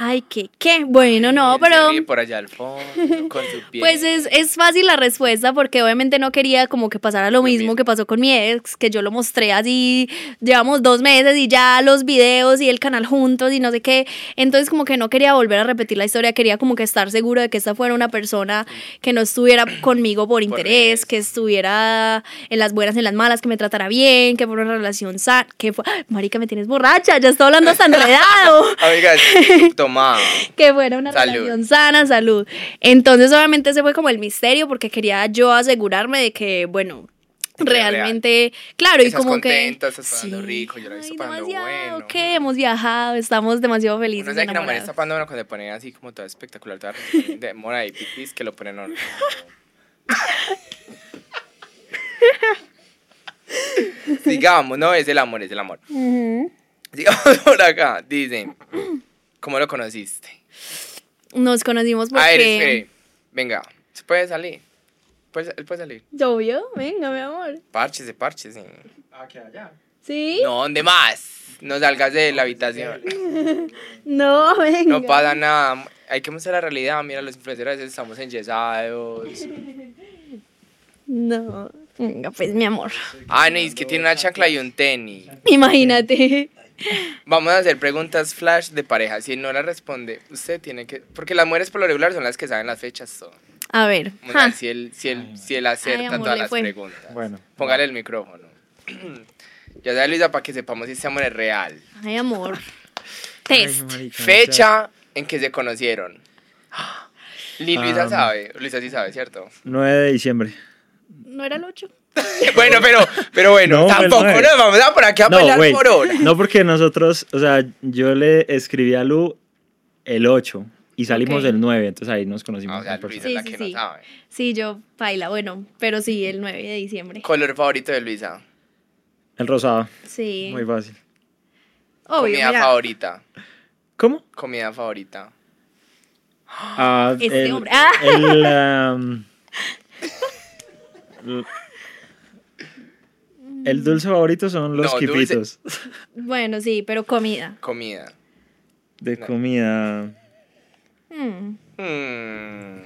B: Ay, ¿qué? ¿Qué? Bueno,
A: Y
B: no,
A: él se
B: pero
A: ríe por allá al fondo, con su pie.
B: pues es, es fácil la respuesta porque obviamente no quería como que pasara lo,
A: Lo
B: mismo,
A: mismo.
B: que pasó con mi ex, que yo lo mostré así, llevamos dos meses y ya los videos y el canal juntos y no sé qué. Entonces como que no quería volver a repetir la historia, quería como que estar segura de que esta fuera una persona que no estuviera conmigo por interés,
A: interés.
B: que estuviera en las buenas, en las malas, que me tratara bien, que fuera una relación sana, que fue... ¡Ay, Marica, me tienes borracha, ya estoy hablando hasta enredado
A: Amiga, toma.
B: que fuera una
A: Salud.
B: relación sana, salud. Entonces, obviamente, ese fue como el misterio, porque quería yo asegurarme de que, bueno,
A: De que era
B: realmente, claro, y
A: Estás
B: como que.
A: contenta, estás pasando rico, yo la estoy pasando
B: demasiado,
A: bueno.
B: que hemos viajado, estamos demasiado
A: No sé
B: felices.
A: que la mujer
B: enamorados.
A: está pasando uno cuando le ponen así como toda espectacular, toda resaltante, de mora y pipis que lo ponen horno. Digamos, no, es el amor, es el amor.
B: Ujú.
A: Sigamos por acá, dicen. ¿Cómo lo conociste?
B: Nos conocimos porque.
A: A ver, espere. Venga, se puede salir. Puede- Él puede salir.
B: Obvio, venga, mi amor.
A: Párchese, párchese.
B: ¿Sí?
A: No, ¿dónde más? No salgas de la habitación.
B: No, venga.
A: No pasa nada. Hay que mostrar la realidad. Mira, los influencers a veces estamos enyesados.
B: No. Venga, pues mi amor.
A: Ah, no, y es que tiene una chancla y un tenis.
B: Imagínate.
A: Vamos a hacer preguntas flash de pareja. Si no la responde, usted tiene que. Porque las mujeres por lo regular son las que saben las fechas. todo.
B: A ver.
A: Vamos a
B: ja.
A: ver Si él, si él, si él acierta
B: Ay, amor,
A: todas
B: le
A: las
B: fue.
A: preguntas.
D: Bueno.
A: Póngale el micrófono. ya sabe, Luisa, para que sepamos si este amor es real.
B: Ay, amor.
D: Ay,
B: Test.
D: marica,
A: Fecha en que se conocieron. Li Luisa
D: Ah.
A: sabe. Luisa sí sabe, ¿cierto?
D: 9 de diciembre.
B: ¿No era el 8?
A: bueno, pero, pero bueno,
D: No, pues,
A: tampoco
D: no es.
A: nos vamos a por aquí a pelear
D: wait.
A: por hora.
D: No, porque nosotros, o sea, yo le escribí a Lu el 8 y salimos
B: Ok.
D: el 9, entonces ahí nos conocimos.
A: Ah, o sea,
D: en persona.
A: Luisa es la
B: Sí, sí,
A: que
B: sí.
A: no sabe.
B: Sí, yo baila, bueno, pero sí, el 9 de diciembre.
A: Color favorito de Luisa.
D: el rosado,
B: Sí.
D: muy fácil.
B: Obvio,
A: comida
B: mira,
A: favorita.
D: ¿Cómo?
A: Comida favorita.
D: Ah,
B: Este
D: el-
B: hombre. Ah.
D: el, am, l- el dulce favorito son los
A: No, dulce.
D: quipitos
B: Bueno, sí, pero comida.
A: Comida.
D: de
A: No.
D: comida.
B: Mm.
A: Mm.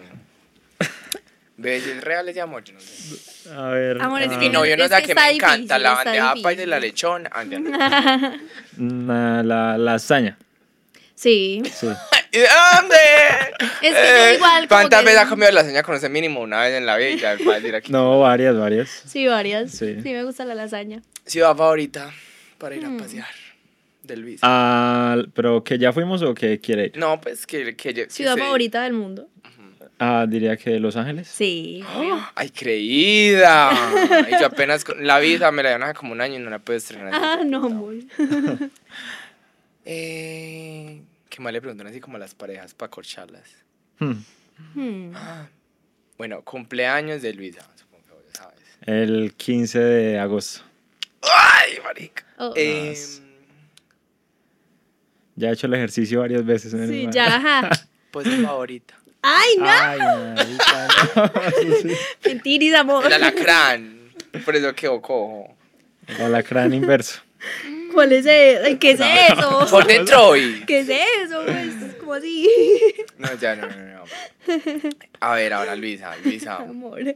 A: Bebés reales de amor, yo no sé.
D: A ver.
B: Amores,
D: ah,
A: Mi novio no
B: Es
A: sabe
B: que
A: que
B: está
A: me encanta.
B: difícil,
A: La
B: está
A: bandeja paisa y
B: difícil.
A: la lechona. Ah, ya no.
D: na- la, la lasaña.
B: Sí.
D: Sí.
A: ¡Hombre! Eh,
B: Es que yo igual como
A: ¿Cuántas
B: que-
A: veces ha comido lasaña con ese mínimo una vez en la vida? Ya, para decir aquí.
D: No, varias, varias.
B: Sí, varias.
D: Sí.
B: Sí. me gusta la lasaña.
A: Ciudad favorita para ir a
B: Hmm.
A: pasear. De Luis.
D: Ah, pero que ya fuimos o que quiere ir.
A: No, pues que, que yo- que
B: Ciudad
A: se-
B: favorita del mundo.
D: Ah, diría que Los Ángeles.
B: Sí. obvio.
A: Ay, creída. Y yo apenas con- la vida me la dieron hace como un año y no la puedo estrenar.
B: Ah, no, amor.
A: Eh, qué mal le preguntan así como a las parejas para corcharlas.
D: Hmm.
B: Hmm.
A: Ah. Bueno, cumpleaños de Luisa, supongo que vos ya sabes.
D: El 15 de agosto.
A: ¡Ay, marica!
B: Oh.
A: Eh,
D: Ya he hecho el ejercicio varias veces. menos
B: Sí,
D: mal.
B: ya, ajá.
A: pues mi favorita.
B: Ay, no.
D: Ay, marica, no, eso sí.
A: Ah.
B: Mentiris, amor.
A: El alacrán. Por eso quedó cojo.
D: El alacrán inverso.
B: ¿Cuál es eso? Ay, ¿Qué es
A: Por
B: eso?
A: dentro hoy.
B: ¿Qué es eso? Pues, ¿Cómo así?
A: No, ya, no, no, no. A ver, ahora Luisa, Luisa,
B: Amor,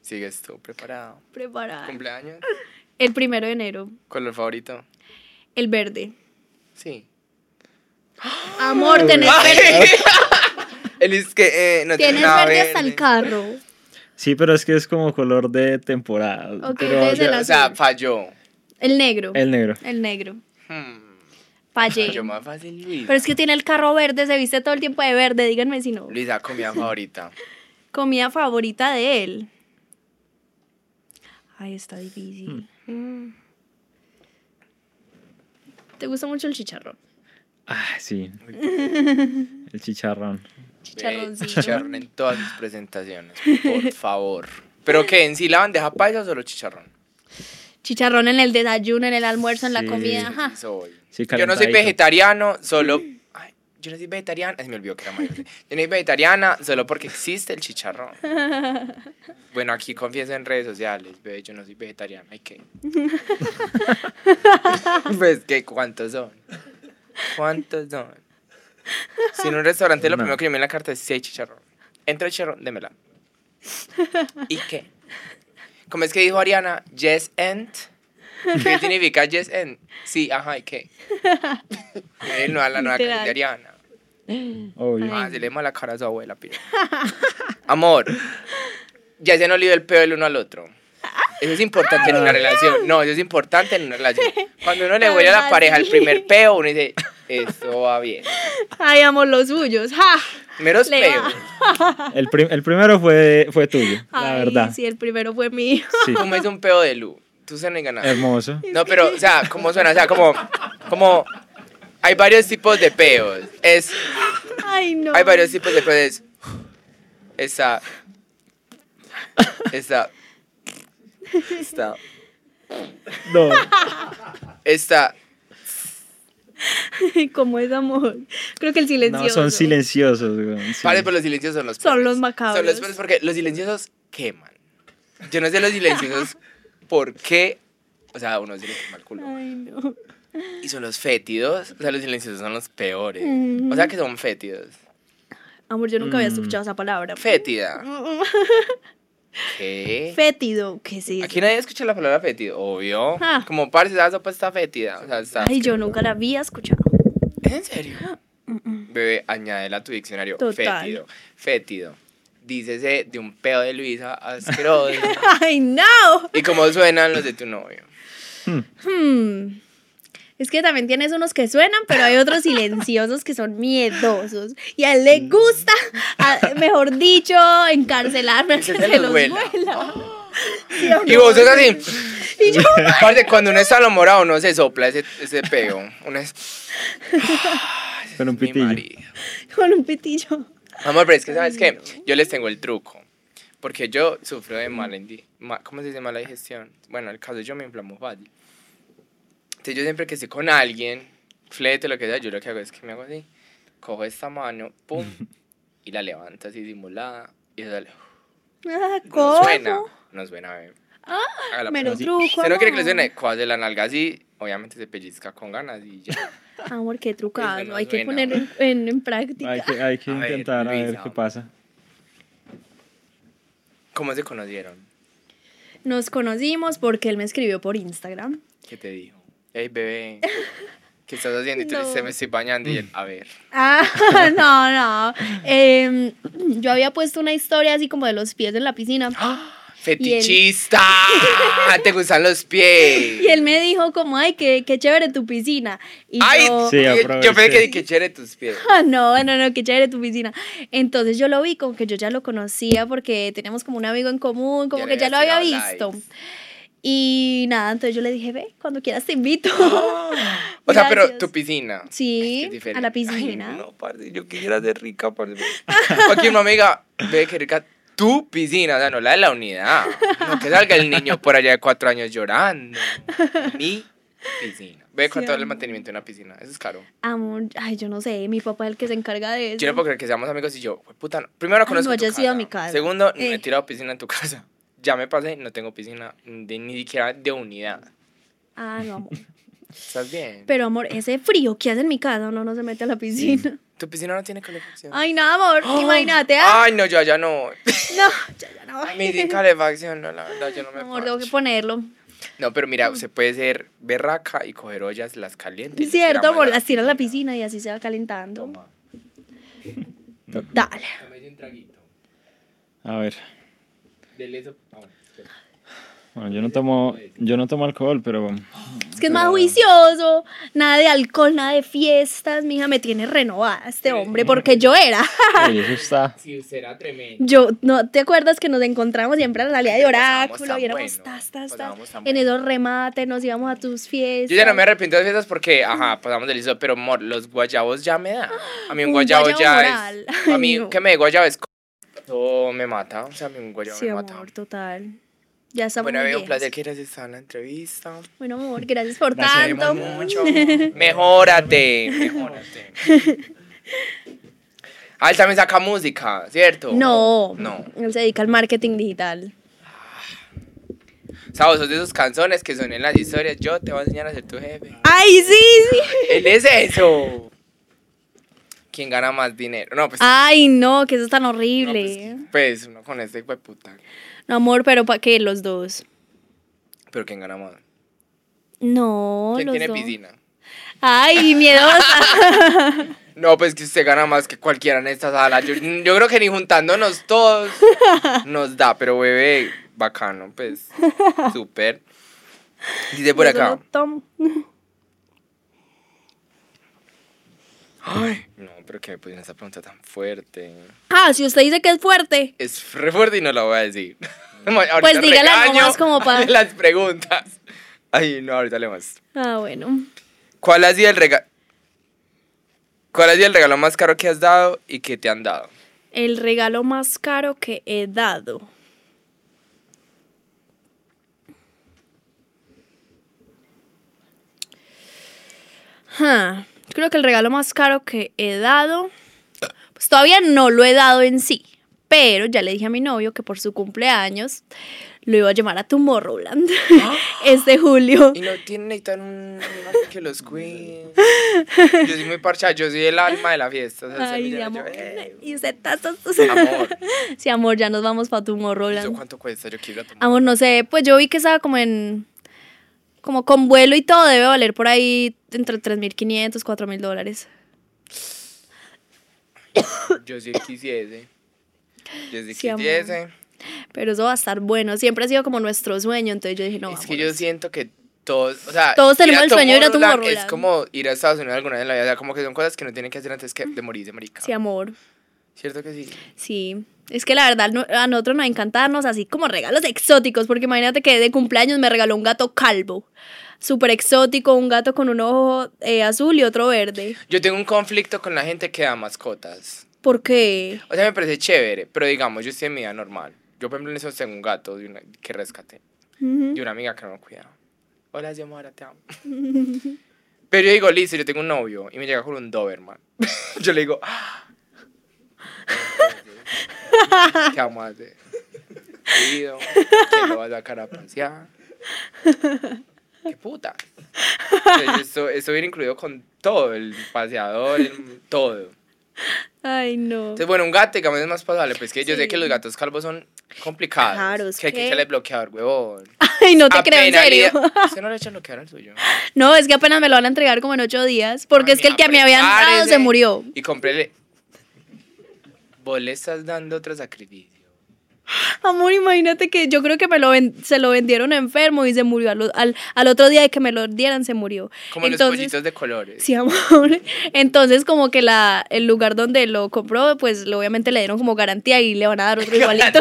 A: ¿sigues tú preparado?
B: preparada.
A: ¿Cumpleaños?
B: El primero de enero,
A: ¿Color favorito?
B: el verde.
A: Sí.
B: Amor, tenés
A: Ay.
B: verde,
A: Él es que eh, no tiene
B: tenés
A: nada
B: verde hasta el carro.
D: Sí, pero es que es como color de temporada.
B: Ok,
D: pero-
B: desde la-
A: O sea, falló.
B: El negro. El,
D: El negro.
B: negro.
A: Hmm.
B: Payé.
A: Falló más fácil, Luisa.
B: Pero es que tiene el carro verde, se viste todo el tiempo de verde, díganme si no.
A: Luisa, comida favorita.
B: Comida favorita de él. Ay, está difícil.
D: Hmm.
B: Mm. ¿Te gusta mucho el chicharrón?
D: Ah, sí. El chicharrón.
A: Eh,
B: Chicharroncillo.
A: Chicharrón en todas sus presentaciones, por favor. ¿Pero qué? ¿En sí la bandeja paisa o solo chicharrón?
B: Chicharrón en el desayuno, en el almuerzo, en
D: Sí.
B: la comida. Ajá.
A: Soy.
D: Sí,
A: yo no soy
D: calentadito.
A: vegetariano, solo. Ay, yo no soy vegetariana. Ay, se me olvidó que era mayor. Yo no soy vegetariana solo porque existe el chicharrón. Bueno, aquí confieso en redes sociales, ve, yo no soy vegetariana. Ay, ¿qué? pues, ¿qué? ¿Cuántos son? ¿Cuántos son? Si en un restaurante lo
D: No.
A: primero que yo me en la carta es si hay chicharrón. Entra el chicharrón, démela. ¿Y qué? ¿Cómo es que dijo Ariana? Yes and. ¿Qué significa yes and? Sí, ajá, ¿y qué? Él no a la nueva canción de Ariana.
D: Obvio.
A: Ah, se le la cara a su abuela, pide. Amor, ya se han olido el peo el uno al otro. Eso es importante en
B: Ah.
A: una relación. No, eso es importante en una relación. Cuando uno le
B: La
A: huele a la
B: verdad,
A: pareja el
B: sí.
A: primer peo, uno dice, esto va bien.
B: Ay, amo los suyos. ¡Ja!
A: Meros
B: Le
A: peos.
B: va.
D: El, prim- el primero fue, fue tuyo, la
B: Ay,
D: verdad.
B: Sí, el primero fue mío.
D: Sí.
A: ¿Cómo es un peo de luz? Tú se no ganas.
D: Hermoso.
A: No, pero, o sea, ¿cómo suena? O sea, como, como, hay varios tipos de peos. Es,
B: Ay, no.
A: hay varios tipos de peos. Es, esa, esa, esta,
D: No.
A: esta,
B: ¿Cómo es amor? Creo que el silencio.
D: No, son silenciosos. güey, sí.
A: Vale, pero los silenciosos son los
B: Son
A: peores.
B: los macabros.
A: Son los peores porque los silenciosos queman. Yo no sé los silenciosos por qué. O sea, uno se le quema el culo.
B: Ay, no.
A: Y son los fétidos. O sea, los silenciosos son los peores. O sea, que son fétidos.
D: Mm.
B: Amor, yo nunca había escuchado esa palabra.
A: Fétida. ¿Qué?
B: Fétido, ¿qué es eso?
A: Aquí nadie escucha la palabra fétido, obvio.
B: Ah.
A: Como parce, esa sopa está fétida. O sea, está
B: Ay, yo nunca la había escuchado.
A: ¿Es en serio? Bebé, añádela a tu diccionario.
B: mm. Total.
A: Fétido. Fétido. Dícese de un pedo de Luisa asqueroso.
B: ¡Ay, no!
A: y cómo suenan los de tu novio.
B: Hmm. Es que también tienes unos que suenan, pero hay otros silenciosos que son miedosos. Y a él
D: Mm.
B: le gusta, a- mejor dicho, encarcelarme antes
A: Que se
B: que
A: los
B: los
A: huela.
B: huela. ¿Sí o
A: Oh. Y
B: no?
A: vos es así.
B: Y yo,
A: Aparte, cuando uno está morado uno se sopla ese, ese peo. Uno es. Ah,
D: Con un
A: mi
D: pitillo.
A: marido.
B: con un pitillo.
A: Amor, pero es que, ¿sabes qué? Yo les tengo el truco. Porque yo sufro de mala, indi- ma- ¿cómo se dice? Mala digestión. Bueno, en el caso yo me inflamo fácil. Entonces yo siempre que estoy con alguien, flete, lo que sea, yo lo que hago es que me hago así. Cojo esta mano, pum, y la levanto así simulada. Y sale.
B: Ah,
A: No
B: ¿Cómo?
A: suena. No suena, bebé. Hágala,
B: Me
A: pero
B: lo
A: sí.
B: truco.
A: Usted no quiere que le
B: amor.
A: suene, cuadre la nalga así, obviamente se pellizca con ganas y ya.
B: Amor, qué trucado.
A: Eso no
B: hay que
A: suena.
B: poner en, en- en práctica.
D: Hay que, hay que
A: A ver,
D: intentar a ver
A: Luisa.
D: qué pasa.
A: ¿Cómo se conocieron?
B: Nos conocimos porque él me escribió por Instagram.
A: ¿Qué te dijo? Ey, bebé, ¿qué estás haciendo? Y tú le dices,
B: No.
A: me estoy bañando. Y él, a ver.
B: Ah, no, no. Em, yo había puesto una historia así como de los pies en la piscina.
A: ¡Fetichista! ¡Te gustan los pies!
B: Y él me dijo como, ay, qué, qué chévere tu piscina. Y
A: ¡Ay!
B: yo,
D: Sí,
A: yo- yo pensé
D: aproveché.
A: que, que chévere tus pies.
B: "Ah, no, no, no, qué chévere tu piscina. Entonces yo lo vi como que yo ya lo conocía porque teníamos como un amigo en común, como
A: Ya le
B: que ya lo
A: habías
B: había
A: tirado
B: visto.
A: likes.
B: Y nada, entonces yo le dije, ve, cuando quieras te invito.
A: O sea, pero
B: Gracias.
A: tu piscina.
B: Sí,
A: Es que es
B: a la
A: diferente. Ay,
B: piscina.
A: no, parce, yo quisiera ser rica, parce. Aquí una amiga ve que rica tu piscina, o sea, no la de la unidad. No que salga el niño por allá de cuatro años llorando. Mi piscina. Ve
B: Sí,
A: cuánto vale el
B: amor.
A: mantenimiento de una piscina. Eso es caro.
B: Amor, ay, yo no sé, mi papá es el que se encarga de eso.
A: Yo no puedo creer que seamos amigos y yo, "Jue puta, no". primero conozco
B: no,
A: tu
B: yo he
A: casa.
B: sido a mi casa.
A: Segundo, no
B: Eh.
A: he tirado piscina en tu casa. Ya me pasé, no tengo piscina de- ni siquiera de unidad.
B: Ah, no, amor.
A: ¿Estás bien?
B: Pero amor, ese frío que hace en mi casa, uno no se mete a la piscina.
A: Tu piscina no tiene calefacción.
B: Ay, no, amor, imagínate. ah,
A: Ay, no, yo allá no.
B: No, ya, ya no.
A: Me di calefacción, no, la verdad, yo no me
B: Amor,
A: parcho.
B: tengo que Mm. ponerlo.
A: No, pero mira, usted puede ser berraca y coger ollas, las calientes. y
B: Cierto,
A: tirarlas
B: amor,
A: a
B: las tiras a la piscina y así se va calentando.
A: Toma,
B: Total.
A: tómese un traguito.
D: A ver.
A: Dele eso. Ah, bueno, espera.
D: Bueno, yo no tomo, yo no tomo alcohol, pero
B: Es que es más juicioso. Nada de alcohol, nada de fiestas. Mija, me tiene renovada este hombre porque yo era.
D: Ey, eso está.
A: Sí, usted era tremendo.
B: Yo, ¿no te acuerdas que nos encontramos siempre en la salida de
A: Pasábamos
B: oráculo?
A: tan
B: Y éramos
A: bueno,
B: tas, tas, tas.
A: pasábamos tan
B: En
A: bueno.
B: esos remates nos íbamos a tus fiestas.
A: Yo ya no me arrepiento de fiestas porque, ajá, pasamos del listo, pero amor, los guayabos ya me dan. A mí un
B: Un
A: guayabo,
B: guayabo
A: ya
B: moral.
A: es.
B: Ay,
A: A mí,
B: no.
A: que me dé guayabo es. co- Todo me mata. O sea, a mí un guayabo
B: Sí,
A: me
B: amor,
A: mata.
B: total. Ya estamos
A: Bueno,
B: muy
A: veo un
B: viejas.
A: placer que hayas estado en la entrevista.
B: Bueno, amor, gracias por
D: Gracias,
A: Te
B: tanto.
A: queremos mucho. Mejórate. Mejórate. Ah, él también saca música, ¿cierto?
B: No,
A: No.
B: él se dedica al marketing digital.
A: O sea, vos sos de esos canciones que son en las historias. Yo te voy a enseñar a ser tu jefe.
B: ¡Ay, sí, sí!
A: Él es eso. ¿Quién gana más dinero? No, pues.
B: Ay, no, que eso es tan
A: no, pues,
B: horrible.
A: pues, uno con este hijo de puta.
B: No, amor, pero ¿para qué los dos?
A: Pero ¿quién gana más?
B: No,
A: ¿Quién
B: los
A: tiene
B: dos.
A: piscina?
B: Ay, miedosa.
A: No, pues que usted gana más que cualquiera en esta sala. Yo, yo creo que ni juntándonos todos nos da, pero bebé, bacano, pues. Súper. Dice por
B: Yo solo
A: acá.
B: tomo.
A: No, pero que me pusieron esa pregunta tan fuerte.
B: Ah, si usted dice que es fuerte.
A: Es re fuerte y no la voy a decir. Ahorita
B: Pues dígala
A: regaño
B: nomás como pa-
A: Las preguntas. Ay, no, ahorita le más.
B: Ah, bueno.
A: ¿Cuál ha sido el regalo? ¿Cuál ha sido el regalo más caro que has dado y que te han dado?
B: El regalo más caro que he dado. Ah, Creo que el regalo más caro que he dado, pues todavía no lo he dado en sí, pero ya le dije a mi novio que por su cumpleaños lo iba a llamar a Tomorrowland este julio.
A: Ah. Y no tienen ni tan un un- que los cuide. Yo soy muy parchada, yo soy el alma de la fiesta. o sea, se me
B: Ay, mi
A: llena, yo, "Eh, "Ey,
B: amor. Y usted está- está- está-
A: Amor.
B: Sí, amor, ya nos vamos para
A: ¿Eso
B: Tomorrowland.
A: cuánto cuesta? Yo quiero ir a tomar.
B: Amor, no sé, pues yo vi que estaba como en. Como con vuelo y todo, debe valer por ahí entre 3.500, 4.000 dólares.
A: Yo sí quisiese. Yo sí,
B: Ah. Sí, amor.
A: quisiese.
B: Pero eso va a estar bueno. Siempre ha sido como nuestro sueño, entonces yo dije, no,
A: es que
B: vámonos.
A: yo siento que todos, o sea,
B: Todos
A: ir a
B: tenemos el sueño de ir a
A: Tomorrowland
B: Tomorrowland.
A: Es como ir a Estados Unidos alguna vez en la vida, o sea, como que son cosas que no tienen que hacer antes que de morirse, marica.
B: Sí, amor.
A: ¿Cierto que sí?
B: Sí, es que la verdad no- a nosotros nos encantarnos así como regalos exóticos, porque imagínate que de cumpleaños me regaló un gato calvo, súper exótico, un gato con un ojo eh, azul y otro verde.
A: Yo tengo un conflicto con la gente que da mascotas.
B: ¿Por qué?
A: O sea, me parece chévere, pero digamos, yo estoy en mi vida normal. Yo, por ejemplo, en eso tengo un gato de una- que rescaté,
B: Ujú.
A: de una amiga que no lo cuidaba. Hola, yo ahora te amo. Pero yo digo, listo, yo tengo un novio y me llega con un Doberman. yo le digo, "Ah, ¿qué vamos a hacer? Cuido, ¿quién lo va a sacar a pasear? ¡Qué puta! Entonces, Esto, esto viene incluido con todo, el paseador, el- todo.
B: Ay, no.
A: Entonces, bueno, un gato, digamos, es más pasable. Pues que yo sé
B: Sí.
A: que los gatos calvos son complicados.
B: Caros,
A: que hay que
B: ¿qué?
A: echarle bloqueador, huevón.
B: Ay, no te creo, en
A: Apenas le-
B: serio.
A: Usted no le echa bloqueador al suyo.
B: No, es que apenas me lo van a entregar como en ocho días, porque
A: Ay,
B: es que el que me habían
A: prepárese.
B: dado se murió.
A: Y compréle. Vos le estás dando otro sacrificio.
B: Amor, imagínate que yo creo que me lo ven- se lo vendieron enfermo y se murió. Al, al, al otro día de que me lo dieran se murió.
A: Como los
B: Entonces-
A: pollitos de colores.
B: Sí, amor. Entonces, como que la, el lugar donde lo compró, pues lo- obviamente le dieron como garantía y le van a dar otro igualito.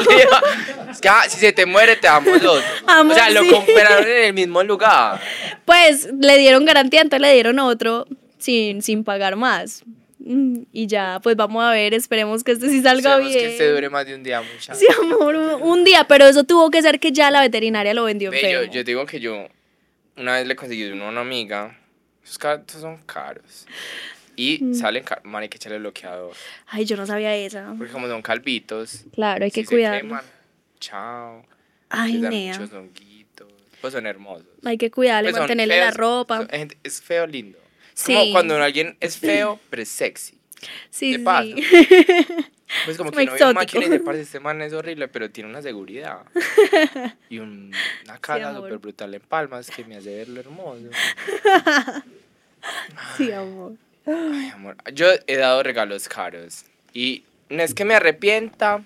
A: Ya, ah, si se te muere, te damos los. dos.
B: Amor,
A: o sea, lo
B: sí.
A: compraron en el mismo lugar.
B: pues le dieron garantía, entonces le dieron otro sin, sin pagar más. Mm, Y ya, pues vamos a ver, esperemos que este sí salga
A: Esperemos
B: bien.
A: que este dure más de un día, muchachos.
B: Sí, amor, un, un día, pero eso tuvo que ser que ya la veterinaria lo vendió
A: Ve, yo,
B: enfermo.
A: yo digo que yo una vez le conseguí uno a una amiga. Esos gatos son caros. Y
B: Mm.
A: salen caros. Man, hay que echarle bloqueador.
B: Ay, yo no sabía esa.
A: Porque como son calvitos.
B: Claro, hay que
A: si se
B: cuidar.
A: queman, Chao.
B: Ay,
A: les dan
B: nea.
A: muchos honguitos. Pues son hermosos.
B: Hay que cuidarle,
A: Pues son
B: mantenerle la
A: feos,
B: ropa.
A: son- gente- Es feo lindo. Es
B: Sí.
A: como cuando alguien es feo, pero es sexy.
B: Sí,
A: de
B: sí.
A: paz, Pues como
B: Es
A: que
B: muy
A: no hay máquina y
B: exótico.
A: de parte este man es horrible, pero tiene una seguridad. Y un- una cara
B: amor.
A: súper brutal en palmas que me hace verlo hermoso.
B: Sí, amor.
A: Ay, amor, Yo he dado regalos caros. Y no es que me arrepienta.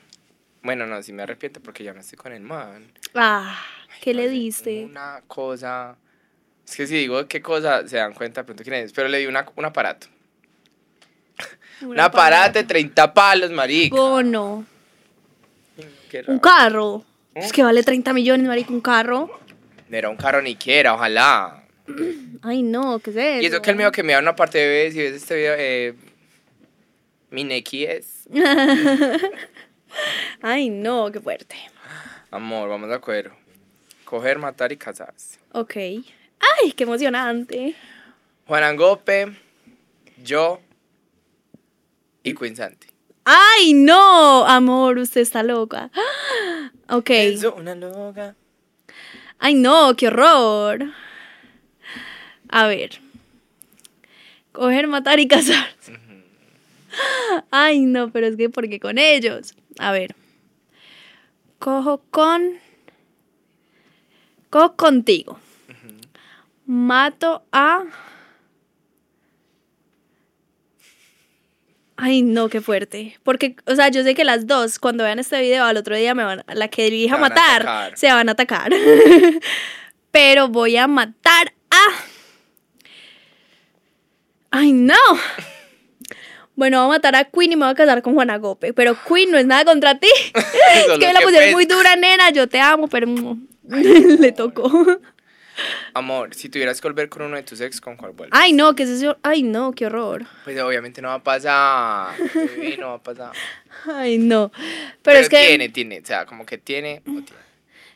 A: Bueno, no, sí me arrepiento porque ya no estoy con el man.
B: Ah, ¿qué le
A: Parce,
B: diste?
A: Una cosa. Es que si digo qué cosa, se dan cuenta de pronto quién es. Pero le di una- un aparato. Un aparato de 30 palos, marica.
B: Bono.
A: Qué raro.
B: Un carro.
A: ¿Eh?
B: Es que vale 30 millones, marica, un carro.
A: No era un carro ni quiera, ojalá.
B: Ay, no, ¿qué es eso?
A: Y eso que el mío que me da una parte de bebé, si ves este video, eh, mi neki es.
B: Ay, no, qué fuerte.
A: Amor, vamos a coger. Coger, matar y casarse.
B: Ok. Ay, qué emocionante.
A: Juan Angope, yo y Queen Santi.
B: Ay, no, amor, usted está loca. Ah, Ok.
A: Es una loca.
B: Ay, no, qué horror. A ver. Coger, matar y casarse. Ay, no, pero es que ¿por qué con ellos? A ver. Cojo con... Cojo contigo. Mato a... Ay, no, qué fuerte. Porque, o sea, yo sé que las dos, cuando vean este video, al otro día me van, la que elija
A: Te van a
B: matar,
A: atacar.
B: se van a atacar. Pero voy a matar a... Ay, no. Bueno, voy a matar a Queen y me voy a casar con Juana Gope. Pero Queen no es nada contra ti. es
A: Solo
B: que me la
A: que
B: pusieron
A: pues.
B: muy dura, nena. Yo te amo, pero mm, le tocó.
A: Amor, si tuvieras que volver con uno de tus ex, ¿con cuál vuelves?
B: Ay, no, que es eso. Ay, no, qué horror.
A: Pues obviamente no va a pasar. bebé, no va a pasar.
B: Ay, no. Pero, es que
A: tiene, tiene, o sea, como que tiene o tiene.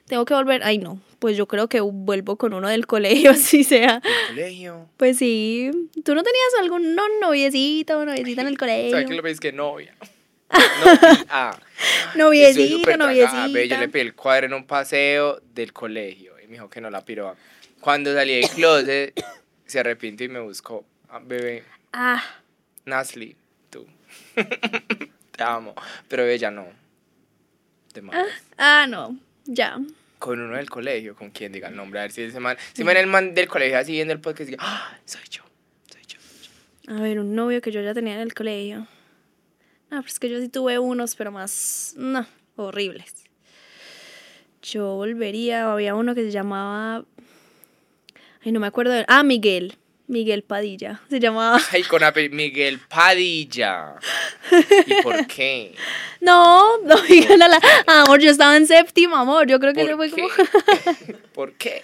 B: tengo que volver. Ay, no. Pues yo creo que vuelvo con uno del colegio, así sea.
A: El colegio.
B: Pues sí. ¿Tú no tenías algún no, noviecito o noviecita en el
A: ¿Sabes qué
B: colegio?
A: lo ves que novia? No, ah.
B: Noviecita,
A: Estoy súper
B: noviecita.
A: cagada, ve, Yo le pedí el cuadro en un paseo del colegio y me dijo que no la piroba. Cuando salí del closet, se arrepintió y me buscó. Ah, bebé,
B: Ah,
A: Nasli, tú. Te amo. Pero ella no. Te mamas.
B: ah, no, ya.
A: Con uno del colegio, con quien diga el nombre. A ver si ese man. Si me el man del colegio así viendo el podcast, diga, ¡Ah! Soy yo. Soy yo.
B: A ver, un novio que yo ya tenía en el colegio. No, pues que yo sí tuve unos, pero más, no, horribles. Yo volvería, había uno que se llamaba, ay, no me acuerdo, de- ah, Miguel, Miguel Padilla, se llamaba,
A: Ay, con ape- Miguel Padilla. ¿Y por qué?
B: no, no digan a la, amor, yo estaba en séptimo, amor, yo creo que se
A: ¿Por
B: fue como...
A: qué? ¿Por qué?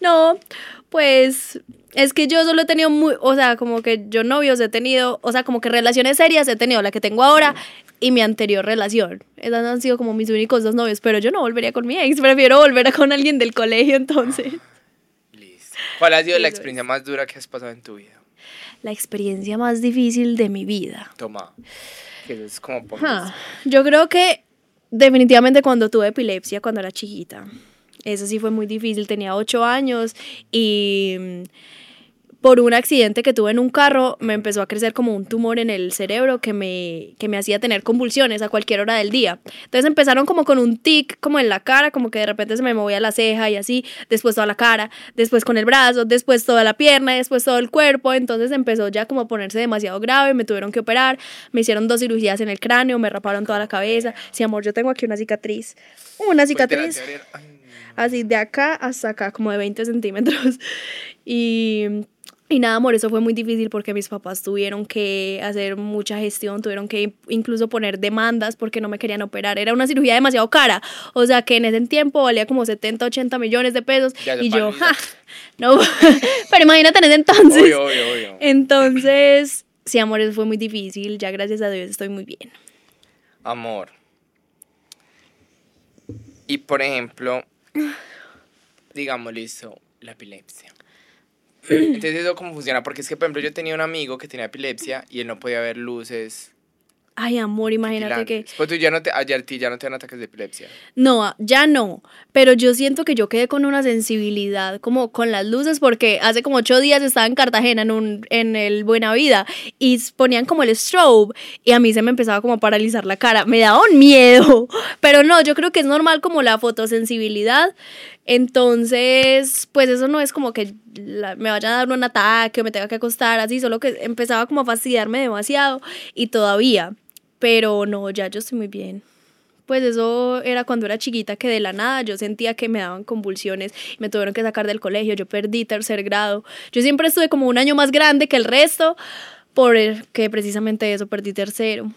B: No, pues es que yo solo he tenido muy, o sea, como que yo novios he tenido, o sea, como que relaciones serias he tenido, la que tengo ahora y mi anterior relación. Esas han sido como mis únicos dos novios, pero yo no volvería con mi ex, prefiero volver con alguien del colegio entonces.
A: Listo. ¿Cuál ha sido
B: Eso
A: la
B: es.
A: experiencia más dura que has pasado en tu vida?
B: La experiencia más difícil de mi vida.
A: Toma. Que es como por pues,
B: Ah, yo creo que definitivamente cuando tuve epilepsia, cuando era chiquita, eso sí fue muy difícil, tenía ocho años y mm, por un accidente que tuve en un carro me empezó a crecer como un tumor en el cerebro que me, que me hacía tener convulsiones a cualquier hora del día. Entonces empezaron como con un tic como en la cara, como que de repente se me movía la ceja y así, después toda la cara, después con el brazo, después toda la pierna, después todo el cuerpo, entonces empezó ya como a ponerse demasiado grave, me tuvieron que operar, me hicieron dos cirugías en el cráneo, me raparon toda la cabeza. Sí, amor, yo tengo aquí una cicatriz. Una
A: pues,
B: cicatriz así de acá hasta acá, como de 20 centímetros. Y, y nada, amor, eso fue muy difícil porque mis papás tuvieron que hacer mucha gestión, tuvieron que incluso poner demandas porque no me querían operar. Era una cirugía demasiado cara, o sea que en ese tiempo valía como 70, 80 millones de pesos.
A: Ya de
B: y yo,
A: paliza.
B: ja, no, pero imagínate en ese entonces.
A: Obvio, obvio, obvio.
B: Entonces, sí, amor, eso fue muy difícil. Ya gracias a Dios estoy muy bien.
A: Amor. Y por ejemplo, digamos, listo, la epilepsia. Entonces, eso cómo funciona, porque es que, por ejemplo, yo tenía un amigo que tenía epilepsia y él no podía ver luces.
B: Ay, amor, imagínate que...
A: titilantes. Pues tú ya no te, ayer a ti ya no te dan ataques de epilepsia.
B: No, ah, ya no, pero yo siento que yo quedé con una sensibilidad como con las luces porque hace como ocho días estaba en Cartagena en, un, en el Buena Vida y s- ponían como el strobe y a mí se me empezaba como a paralizar la cara, me daba un miedo, pero no, yo creo que es normal como la fotosensibilidad, entonces pues eso no es como que la- me vayan a dar un ataque o me tenga que acostar así, solo que empezaba como a fastidiarme demasiado y todavía, pero no, ya yo estoy muy bien. Pues eso era cuando era chiquita que de la nada yo sentía que me daban convulsiones, me tuvieron que sacar del colegio, yo perdí tercer grado. Yo siempre estuve como un año más grande que el resto, porque precisamente eso perdí tercero.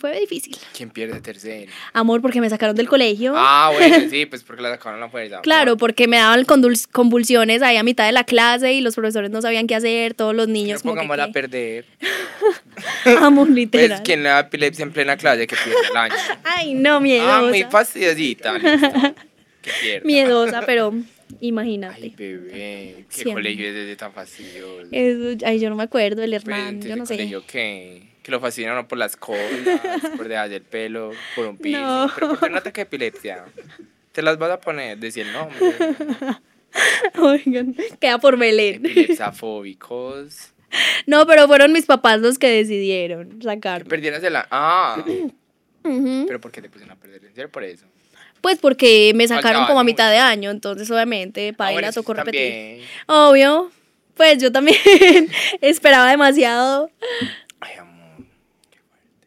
B: Fue difícil.
A: ¿Quién pierde tercero?
B: Amor, porque me sacaron del colegio.
A: Ah, bueno, sí, pues porque la sacaron a la fuerza.
B: Claro, porque me daban condul- convulsiones ahí a mitad de la clase y los profesores no sabían qué hacer, todos los
A: No
B: niños como que,
A: pongamos a
B: ¿qué?
A: perder.
B: Amor,
A: Pues
B: literal.
A: quien le da epilepsia en plena clase que pierde el año.
B: Ay, no, miedosa.
A: Ah, muy fastidiosita. listo. Que pierda.
B: Miedosa, pero imagínate.
A: Ay, bebé, qué
B: Siempre.
A: colegio es ese tan fastidioso.
B: Eso- ay, yo no me acuerdo, el
A: Pero
B: Hernán,
A: entonces,
B: yo no sé.
A: Pues, colegio que, que lo fascinan uno por las colas, por dejar el pelo, por un piercing.
B: No.
A: Pero por tener un ataque de epilepsia. Te las vas a poner, decía el nombre.
B: Oigan, queda por Belén.
A: Epilepsafóbicos.
B: No, pero fueron mis papás los que decidieron
A: Que
B: sacarme.
A: perdieras el año. Ah,
B: Ujú.
A: pero ¿por qué te pusieron a perder el año? Por eso.
B: Pues porque me sacaron
A: Faltaba
B: como a
A: mucho.
B: mitad de año, entonces obviamente para
A: Ah,
B: ir
A: bueno,
B: a
A: eso
B: tocó
A: está
B: repetir.
A: bien.
B: Obvio, pues yo también esperaba demasiado.
A: Ay, amor. qué fuerte.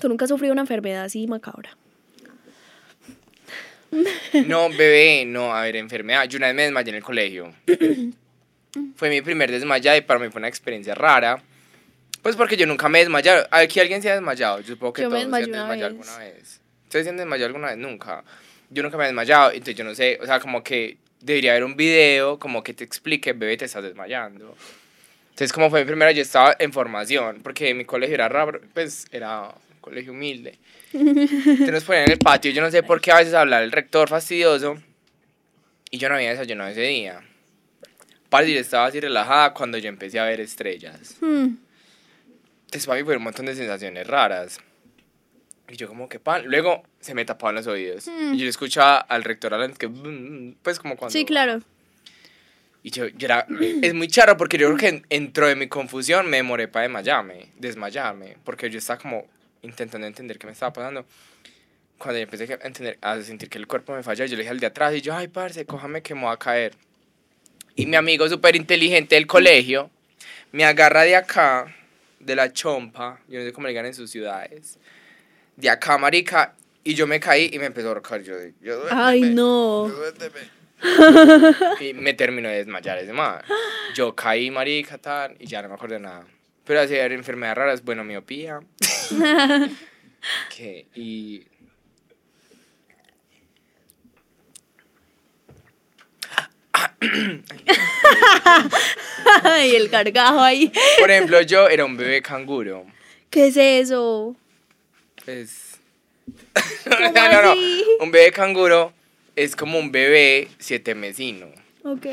B: Tú nunca has sufrido una enfermedad así macabra.
A: No, bebé, no, a ver, enfermedad. Yo una vez me desmayé en el colegio. Fue mi primer desmayada y para mí fue una experiencia rara. Pues porque yo nunca me he desmayado. Aquí alguien se ha desmayado. Yo supongo que
B: Yo me
A: todos se han
B: desmayé una
A: desmayado
B: vez.
A: alguna vez. ¿Ustedes se han desmayado alguna vez? Nunca. Yo nunca me he desmayado. Entonces yo no sé, o sea, como que debería haber un video como que te explique, bebé, te estás desmayando. Entonces, como fue mi primera, yo estaba en formación, porque mi colegio era raro, pues era un colegio humilde. Entonces nos ponían en el patio, yo no sé por qué a veces hablar el rector fastidioso, y yo no había desayunado ese día. Parce, yo estaba así relajada cuando yo empecé a ver estrellas.
B: Hmm.
A: Entonces para mí fue un montón de sensaciones raras. Y yo como que pan. Luego se me tapaban los oídos.
B: Mm.
A: Y yo escuchaba al rector hablando que... mm, mm, Pues como cuando...
B: Sí, claro.
A: Y yo, yo era... Es muy charro porque yo creo que en- entró en mi confusión. Me demoré para desmayarme. Desmayarme. Porque yo estaba como intentando entender qué me estaba pasando. Cuando yo empecé a, entender, a sentir que el cuerpo me fallaba, yo le dije al de atrás y yo, ay, parce, cójame que me voy a caer. Y mi amigo súper inteligente del colegio me agarra de acá, de la chompa, yo no sé cómo le digan en sus ciudades, de acá, marica, y yo me caí y me empezó a ahorcar. Yo, yo,
B: Ay,
A: "Duélveme,
B: no.
A: duélveme". y me terminó de desmayar ese man. Yo caí, marica, tal, y ya no me acuerdo de nada. Pero así eran enfermedades raras, bueno, miopía. que, y...
B: Ay, el cargajo ahí.
A: Por ejemplo, yo era un bebé canguro.
B: ¿Qué es eso?
A: Pues.
B: ¿Cómo
A: no, no,
B: así?
A: Un bebé canguro es como un bebé siete mesino.
B: Ok.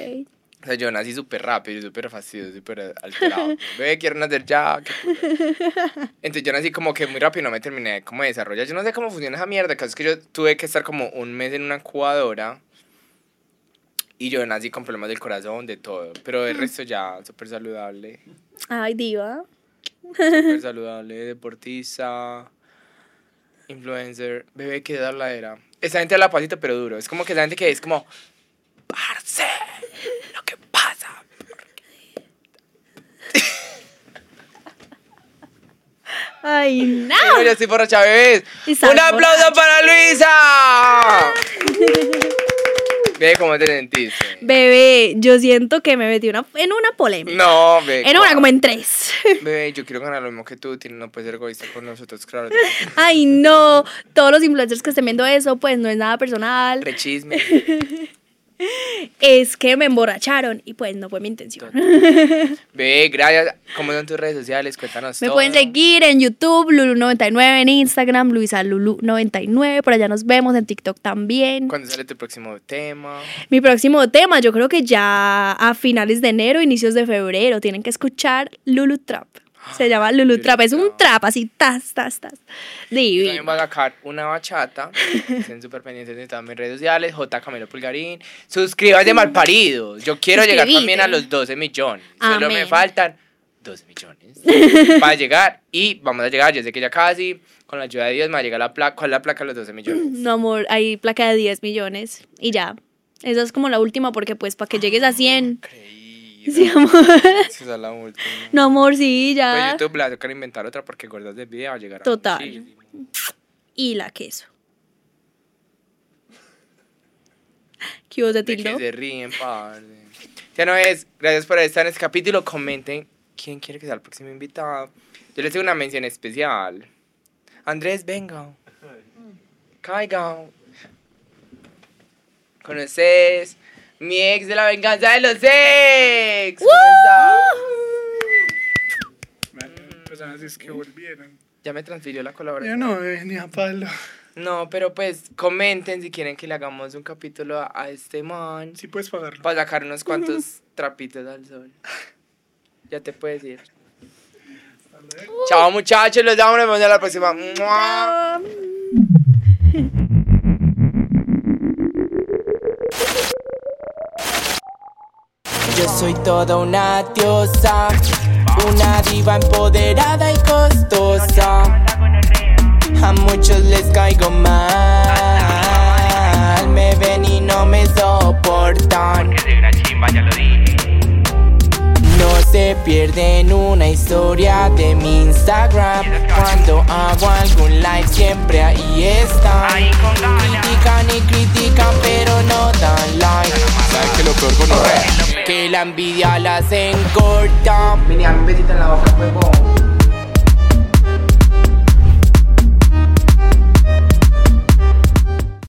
A: O sea, yo nací súper rápido, súper fastidioso, súper alterado. Bebé, quiero nacer ya. qué puta. Entonces yo nací como que muy rápido, no me terminé como de desarrollar. Yo no sé cómo funciona esa mierda. El caso es que yo tuve que estar como un mes en una incubadora. Y yo nací con problemas del corazón, de todo. Pero el resto ya, súper saludable.
B: Ay, diva.
A: Súper saludable, deportista, influencer. Bebé, que da la era. Esa gente la pasita, pero duro. Es como que esa gente que es como, parce, lo que pasa.
B: Ay, no.
A: Yo ya estoy borracha, bebés.
B: Ah. Y
A: ¡Un
B: sal
A: aplauso para
B: borracha.
A: Luisa! Ve cómo te sentiste.
B: Bebé, yo siento que me metí una, en una polémica.
A: No, bebé.
B: En una como en tres.
A: Bebé, yo quiero ganar lo mismo que tú. tiene- No puedes ser egoísta con nosotros, claro.
B: Ay, no. Todos los influencers que estén viendo eso, pues no es nada personal.
A: Rechisme.
B: Es que me emborracharon y pues no fue mi intención.
A: Bebé, gracias. ¿Cómo son tus redes sociales? Cuéntanos
B: Me
A: todo.
B: pueden seguir en YouTube, Lulu99, en Instagram, LuisaLulu99. Por allá nos vemos en TikTok también.
A: ¿Cuándo sale tu próximo tema?
B: Mi próximo tema, yo creo que ya a finales de enero, inicios de febrero, tienen que escuchar Lulu Trap. Se llama Lulu
A: Ah, Lulu
B: Trap, es un
A: Trap.
B: trap así, tas, tas, tas.
A: También
B: Divino.
A: voy a sacar una bachata. Estén súper pendientes de todas mis redes sociales. J. Camilo Pulgarín. Suscríbanse malparidos. Yo quiero llegar
B: Suscribite.
A: también a los 12 millones. Solo me
B: Amén.
A: faltan 12 millones para llegar. Y vamos a llegar. Yo sé que ya casi. Con la ayuda de Dios me va a llegar la placa. ¿Cuál es la placa de los 12 millones?
B: No, amor, hay placa de 10 millones y ya. Esa es como la última porque pues para que llegues a 100.
A: Creí.
B: Sí, amor.
A: Esa es la última.
B: No, amor, sí,
A: Pues
B: ya.
A: YouTube la toca inventar otra porque gordas del video va a llegar a
B: Ah. Total.
A: muchísimo.
B: Y la queso. ¿Qué vos de
A: De que
B: tildo?
A: se ríen, parce. Ya no es, gracias por estar en este capítulo. Comenten quién quiere que sea el próximo invitado. Yo les tengo una mención especial. Andrés, venga. Caiga. ¿Conoces mi ex de la venganza de los ex? ¿Cómo está?
E: Personas Pues, es que volvieron.
A: Ya me transfirió la colaboración.
E: Yo Mm. no venía a palo.
A: No, pero pues comenten si quieren que le hagamos un capítulo a, a este man.
E: Sí puedes pagarlo.
A: Para sacar unos cuantos trapitos al sol. Ya te puedes ir. Chao muchachos, los damos, nos vemos en la próxima. ¡Mua!
C: Yo soy toda una diosa, una diva empoderada y costosa. A muchos les caigo mal, me ven y no me soportan. No se pierden una historia de mi Instagram. Cuando hago algún live siempre ahí están. Critican y critican pero no dan like. ¿Sabes qué es lo peor con Que la envidia las encorta.
A: Vení, dame un besito en la boca, huevón.